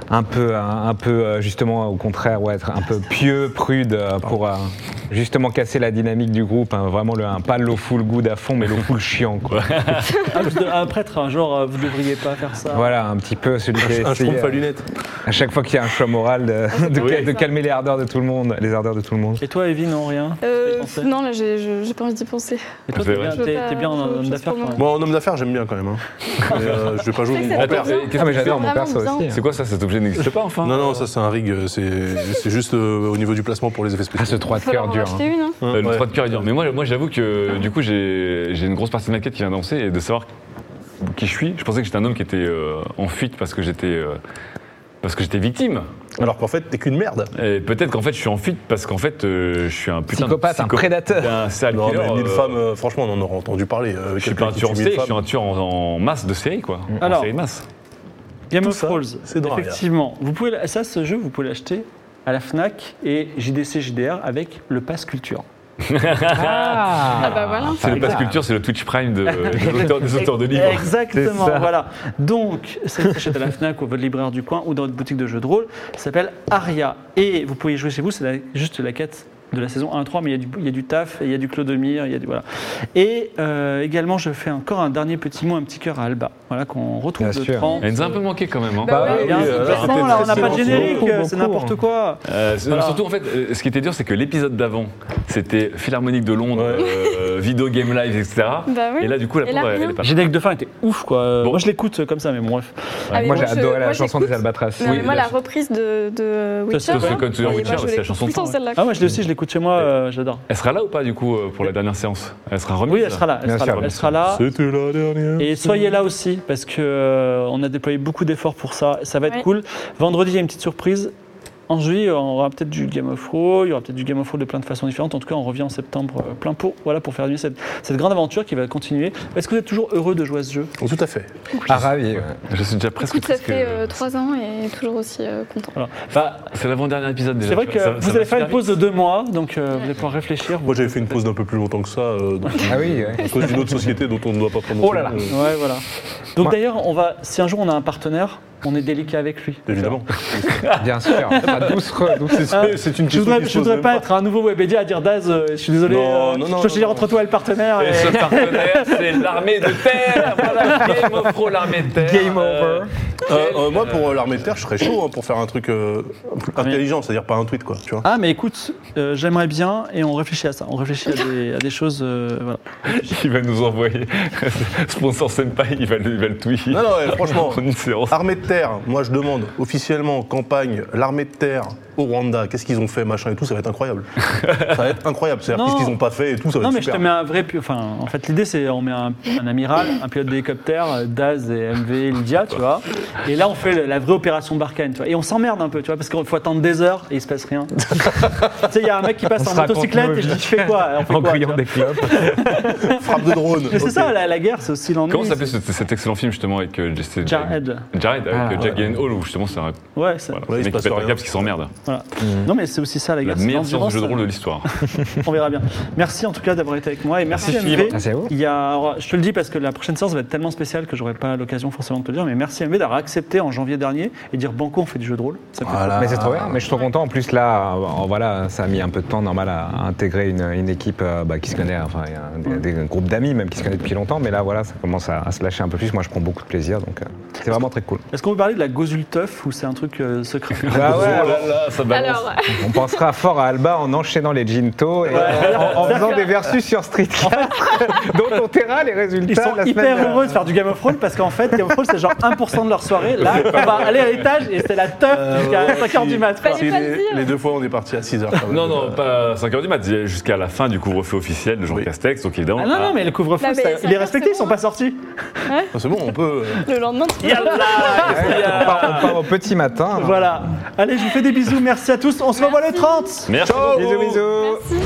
Speaker 6: un peu, un, un peu euh, justement, au contraire, ouais, être un peu pieux, prude, euh, pour euh, justement casser la dynamique du groupe. hein, vraiment, le, un, pas l'eau full good à fond, mais l'eau full chiant, quoi.
Speaker 2: Ah, vous de- un prêtre, hein, genre, euh, vous devriez pas faire ça.
Speaker 6: Voilà, un petit peu celui qui a
Speaker 4: Un
Speaker 6: essayé,
Speaker 4: schtroumpf à
Speaker 6: euh,
Speaker 4: lunettes.
Speaker 6: à chaque fois qu'il y a un choix moral
Speaker 5: Ah,
Speaker 6: de, de,
Speaker 3: Oui.
Speaker 6: cal- de calmer les ardeurs de tout le monde, les ardeurs de tout le monde.
Speaker 2: Et toi, Evie, non, rien
Speaker 5: Euh,
Speaker 2: T'as pensé
Speaker 5: Non, là, j'ai je- j'ai pas envie d'y penser.
Speaker 2: Et toi,
Speaker 3: C'est
Speaker 2: t'es
Speaker 3: vrai.
Speaker 2: bien,
Speaker 5: Je veux
Speaker 2: t'es-
Speaker 5: pas-
Speaker 2: t'es bien en
Speaker 5: je- je
Speaker 2: homme
Speaker 5: sais
Speaker 2: d'affaires
Speaker 5: pas
Speaker 2: quand même.
Speaker 4: Bon, en homme d'affaires, j'aime bien quand même. hein. Mais, euh, je vais pas jouer
Speaker 5: C'est vrai que
Speaker 3: Attends,
Speaker 4: grand-père.
Speaker 3: mais qu'est-ce
Speaker 6: Ah, mais
Speaker 3: que
Speaker 6: j'adore
Speaker 5: c'est
Speaker 6: mon perso
Speaker 5: vraiment
Speaker 6: aussi.
Speaker 3: c'est- C'est quoi ça Cet objet n'existe pas enfin
Speaker 4: Non, non, ça c'est un rig, euh, c'est c'est juste euh, au niveau du placement pour les effets
Speaker 6: Ah, ce
Speaker 4: spéciaux.
Speaker 6: 3 de
Speaker 5: Faut leur
Speaker 6: cœur
Speaker 5: en
Speaker 6: dur. hein.
Speaker 5: acheter une. hein.
Speaker 3: Euh, le
Speaker 4: Ouais.
Speaker 3: trois de cœur est dur. Mais moi, moi j'avoue que du coup, j'ai j'ai une grosse partie de ma quête qui vient danser et de savoir qui je suis. Je pensais que j'étais un homme qui était euh, en fuite parce que j'étais. euh, parce que j'étais victime.
Speaker 4: Alors qu'en fait, t'es qu'une merde.
Speaker 3: Et peut-être qu'en fait, je suis en fuite parce qu'en fait, euh, je suis un putain
Speaker 6: Psychopathe,
Speaker 3: de
Speaker 6: un prédateur.
Speaker 3: Un sale
Speaker 4: Non,
Speaker 3: killer,
Speaker 4: mais mille
Speaker 3: euh,
Speaker 4: femmes, euh, franchement, on en aura entendu parler. euh,
Speaker 3: Je suis
Speaker 4: quelqu'un
Speaker 3: pas un
Speaker 4: qui
Speaker 3: tueur en
Speaker 4: tue mille
Speaker 3: série, je
Speaker 4: femmes.
Speaker 3: suis un tueur en, en masse de série, quoi.
Speaker 2: Alors.
Speaker 3: en série de masse.
Speaker 2: Game
Speaker 4: Tout
Speaker 2: of
Speaker 4: ça,
Speaker 2: Thrones,
Speaker 4: c'est dans
Speaker 2: effectivement. Vous pouvez, l- ça, ce jeu, vous pouvez l'acheter à la FNAC et JDC JDR avec le pass culture.
Speaker 5: Ah bah voilà.
Speaker 3: C'est le
Speaker 6: Exact.
Speaker 3: Pass Culture, c'est le Twitch Prime de- des, auteurs, des auteurs de livres.
Speaker 2: Exactement,
Speaker 6: C'est ça.
Speaker 2: voilà. Donc, ça s'achète à la FNAC ou à votre libraire du coin ou dans votre boutique de jeux de rôle. Ça s'appelle Aria. Et vous pouvez y jouer chez vous, c'est la- juste la quête de la saison 1 à 3, mais il y, a du, il y a du taf, et il y a du Clodomir, il y a du... Voilà. Et euh, également, je fais encore un dernier petit mot, un petit cœur à Alba, voilà, qu'on retrouve
Speaker 6: Bien
Speaker 2: de
Speaker 6: sûr.
Speaker 2: 30.
Speaker 3: Elle nous a un peu manqué quand même. hein.
Speaker 5: Bah
Speaker 2: Ah,
Speaker 5: oui,
Speaker 2: il y a un
Speaker 5: oui,
Speaker 2: peu de
Speaker 5: euh,
Speaker 2: placement,
Speaker 5: c'était
Speaker 2: là, on n'a
Speaker 5: très
Speaker 2: pas de
Speaker 5: silencieux.
Speaker 2: générique,
Speaker 6: Beaucoup,
Speaker 2: c'est
Speaker 6: beaucoup,
Speaker 2: n'importe
Speaker 6: hein.
Speaker 2: quoi.
Speaker 3: Euh, c'est- non,
Speaker 2: Voilà.
Speaker 3: Surtout en fait, euh, ce qui était dur, c'est que l'épisode d'avant, c'était Philharmonique de Londres,
Speaker 4: Ouais.
Speaker 3: euh, Video Game Live, etc.
Speaker 5: Bah oui.
Speaker 3: Et là, du coup, la
Speaker 5: Et là,
Speaker 3: pauvre, elle,
Speaker 5: rien.
Speaker 3: elle est pas.
Speaker 2: Générique de fin était ouf, quoi.
Speaker 3: Bon.
Speaker 2: Moi, je l'écoute euh, comme ça, mais bon, bref.
Speaker 5: Ah, mais
Speaker 6: Moi, j'ai
Speaker 5: je-
Speaker 6: adoré la
Speaker 5: moi,
Speaker 6: chanson
Speaker 5: j'écoute.
Speaker 6: des Albatras.
Speaker 5: Non, mais moi, la
Speaker 6: la-
Speaker 5: reprise de, de Witcher.
Speaker 3: Sauf que
Speaker 5: là,
Speaker 3: quand tu es en
Speaker 5: oui,
Speaker 3: Witcher,
Speaker 5: moi,
Speaker 3: c'est
Speaker 5: je
Speaker 3: la
Speaker 5: l'écoute
Speaker 3: chanson de
Speaker 5: tout le temps,
Speaker 3: temps, ouais.
Speaker 5: celle-là.
Speaker 2: Ah, moi, je l'ai aussi, je l'écoute chez moi, euh, j'adore.
Speaker 3: Elle sera là ou pas, du coup, euh, pour la dernière séance Elle sera remise
Speaker 2: Oui, elle sera là, elle
Speaker 6: Bien
Speaker 2: sera
Speaker 6: sûr,
Speaker 2: là.
Speaker 6: bien
Speaker 2: Elle sera là.
Speaker 4: C'était la dernière.
Speaker 2: Et soyez là aussi, parce que euh, on a déployé beaucoup d'efforts pour ça. Ça va être
Speaker 5: Ouais.
Speaker 2: cool. Vendredi, il y a une petite surprise. En juillet, euh, on aura peut-être du Game of Thrones, il y aura peut-être du Game of Thrones de plein de façons différentes. En tout cas, on revient en septembre euh, plein pot, voilà, pour faire vivre cette, cette grande aventure qui va continuer. Est-ce que vous êtes toujours heureux de jouer à ce jeu
Speaker 4: Oh, Tout à fait.
Speaker 6: Ah, ravi. ouais.
Speaker 3: Je suis déjà presque.
Speaker 5: Écoute, ça
Speaker 3: presque-
Speaker 5: fait euh, trois ans et toujours aussi euh, content.
Speaker 2: Voilà. Bah,
Speaker 3: C'est l'avant-dernier épisode déjà.
Speaker 2: C'est vrai
Speaker 3: tu
Speaker 2: que
Speaker 3: vois, ça-
Speaker 2: vous
Speaker 3: ça
Speaker 2: allez
Speaker 3: va
Speaker 2: faire une
Speaker 3: super
Speaker 2: pause de deux mois, donc euh, vous allez pouvoir réfléchir.
Speaker 4: Moi, j'avais fait une pause d'un peu plus longtemps que ça, euh, dans-
Speaker 6: Ah oui, ouais.
Speaker 4: à cause d'une autre société dont on ne doit pas prononcer.
Speaker 6: Oh là là.
Speaker 4: le nom, euh,
Speaker 2: Ouais, voilà. Donc
Speaker 6: Ouais.
Speaker 2: d'ailleurs, on va, si un jour on a un partenaire, on est délicat avec lui.
Speaker 4: euh, Évidemment.
Speaker 6: bien sûr. Ah, douce, re- douce.
Speaker 4: C'est une
Speaker 2: Je voudrais, je voudrais pas être un nouveau Webédia à dire Daz, euh, je suis désolé,
Speaker 4: Non,
Speaker 2: euh,
Speaker 4: non, non,
Speaker 2: je choisis
Speaker 4: non,
Speaker 2: entre toi et le partenaire.
Speaker 3: Et
Speaker 2: et-
Speaker 3: ce partenaire, c'est l'armée de terre. Voilà, Game of Thrones, l'armée de terre.
Speaker 6: Game
Speaker 3: Euh,
Speaker 6: over.
Speaker 4: moi, pour euh, l'armée de terre, je serais chaud hein, pour faire un truc euh, intelligent, c'est-à-dire pas un tweet, quoi. Tu vois.
Speaker 2: Ah mais écoute, euh, j'aimerais bien et on réfléchit à ça, on réfléchit à des, à des choses. euh, voilà.
Speaker 3: Il va nous envoyer sponsor Senpai, il va le, il va le tweet.
Speaker 4: Non, non, ouais, franchement.
Speaker 3: En une séance.
Speaker 4: Armée de terre, moi je demande officiellement campagne, l'armée de terre au Rwanda, qu'est-ce qu'ils ont fait, machin et tout, ça va être incroyable. ça va être incroyable, c'est-à-dire
Speaker 2: Non.
Speaker 4: qu'est-ce qu'ils ont pas fait et tout, ça va
Speaker 2: Non
Speaker 4: être
Speaker 2: mais je
Speaker 4: super.
Speaker 2: te mets un vrai, pi- enfin en fait l'idée c'est on met un, un amiral, un pilote d'hélicoptère, euh, Daz et MV Lydia, tu vois. Et là on fait le- la vraie opération Barkhane, tu vois. Et on s'emmerde un peu, tu vois, parce qu'il faut attendre des heures et il se passe rien. tu sais, il y a un mec qui passe
Speaker 6: On se
Speaker 2: en
Speaker 6: raconte
Speaker 2: motocyclette
Speaker 6: nos
Speaker 2: et je dis tu fais quoi On fait
Speaker 6: En
Speaker 2: quoi, tu
Speaker 6: criant
Speaker 2: vois
Speaker 6: des clopes.
Speaker 4: Frappe de drone.
Speaker 2: Mais c'est
Speaker 4: ok.
Speaker 2: ça la, la guerre, c'est aussi l'ennui.
Speaker 3: Comment s'appelait ce- cet excellent film justement avec euh, c'est-
Speaker 2: Jarhead.
Speaker 3: Jared avec
Speaker 6: Ah,
Speaker 3: euh, Jack
Speaker 6: ouais.
Speaker 3: Gyllenhaal où justement c'est un.
Speaker 2: Ouais, c'est-
Speaker 3: Voilà,
Speaker 4: Ouais,
Speaker 3: le
Speaker 4: il se
Speaker 3: mec qui
Speaker 4: passe
Speaker 3: pète un
Speaker 4: rien.
Speaker 3: câble parce qu'il s'emmerde.
Speaker 2: voilà. Non mais c'est aussi ça la hein.
Speaker 3: La
Speaker 2: guerre. c'est
Speaker 3: meilleure
Speaker 2: l'endurance,
Speaker 3: séance de jeu de
Speaker 2: ça.
Speaker 3: rôle de l'histoire.
Speaker 2: On verra bien. Merci en tout cas d'avoir été avec moi et merci,
Speaker 6: Merci,
Speaker 2: MV.
Speaker 6: Philippe. Merci à vous.
Speaker 2: Il y a, alors, je te le dis parce que la prochaine séance va être tellement spéciale que j'aurai pas l'occasion forcément de te le dire, mais merci MV d'avoir accepté en janvier dernier et dire Banco on fait du jeu de rôle. Ça fait
Speaker 4: Voilà.
Speaker 6: Mais c'est trop bien, mais je suis trop content. En plus, là, euh, bon, voilà, ça a mis un peu de temps, normal, à à intégrer une, une équipe euh, bah, qui se connaît, enfin, il y a des, des groupes d'amis même qui se connaissent depuis longtemps. Mais là, voilà, ça commence à, à se lâcher un peu plus. Moi, je prends beaucoup de plaisir, donc euh, c'est vraiment très cool.
Speaker 2: cool. Est-ce qu'on peut parler de la Gozulteuf ou c'est un truc euh, secret
Speaker 6: Bah ouais,
Speaker 3: Oh là là, ça balance.
Speaker 5: Alors,
Speaker 6: on pensera fort à Alba en enchaînant les Ginto et en, en faisant des versus sur Street 4, dont on taira les résultats
Speaker 2: Ils sont
Speaker 6: la semaine euh,
Speaker 2: hyper heureux de faire du Game of Thrones parce qu'en fait, Game of Thrones c'est genre 1% de leur soirée. Là, on va aller à l'étage et c'est la teuf
Speaker 4: Euh,
Speaker 6: Euh,
Speaker 2: jusqu'à 5h du mat. quoi.
Speaker 5: Fallait pas le
Speaker 4: les,
Speaker 5: dire.
Speaker 4: les deux fois, on est parti à 6h. quand même.
Speaker 3: Non, non, pas 5h du mat, c'est jusqu'à la fin du couvre-feu officiel de Jean
Speaker 4: Oui.
Speaker 3: Castex, donc évidemment.
Speaker 2: Ah non, non, mais le couvre-feu,
Speaker 5: Non, mais
Speaker 2: ça-
Speaker 5: cinq
Speaker 2: il est
Speaker 5: heures,
Speaker 2: respecté,
Speaker 5: c'est
Speaker 2: ils sont
Speaker 5: bon.
Speaker 2: pas sortis.
Speaker 4: C'est bon, on peut. euh,
Speaker 5: le lendemain, tu peux
Speaker 6: prochaine. On part, on part au petit matin.
Speaker 2: Voilà. Allez, je vous fais des bisous, merci à tous. On se revoit le 30
Speaker 3: Merci.
Speaker 6: Bisous, bisous.
Speaker 5: Merci.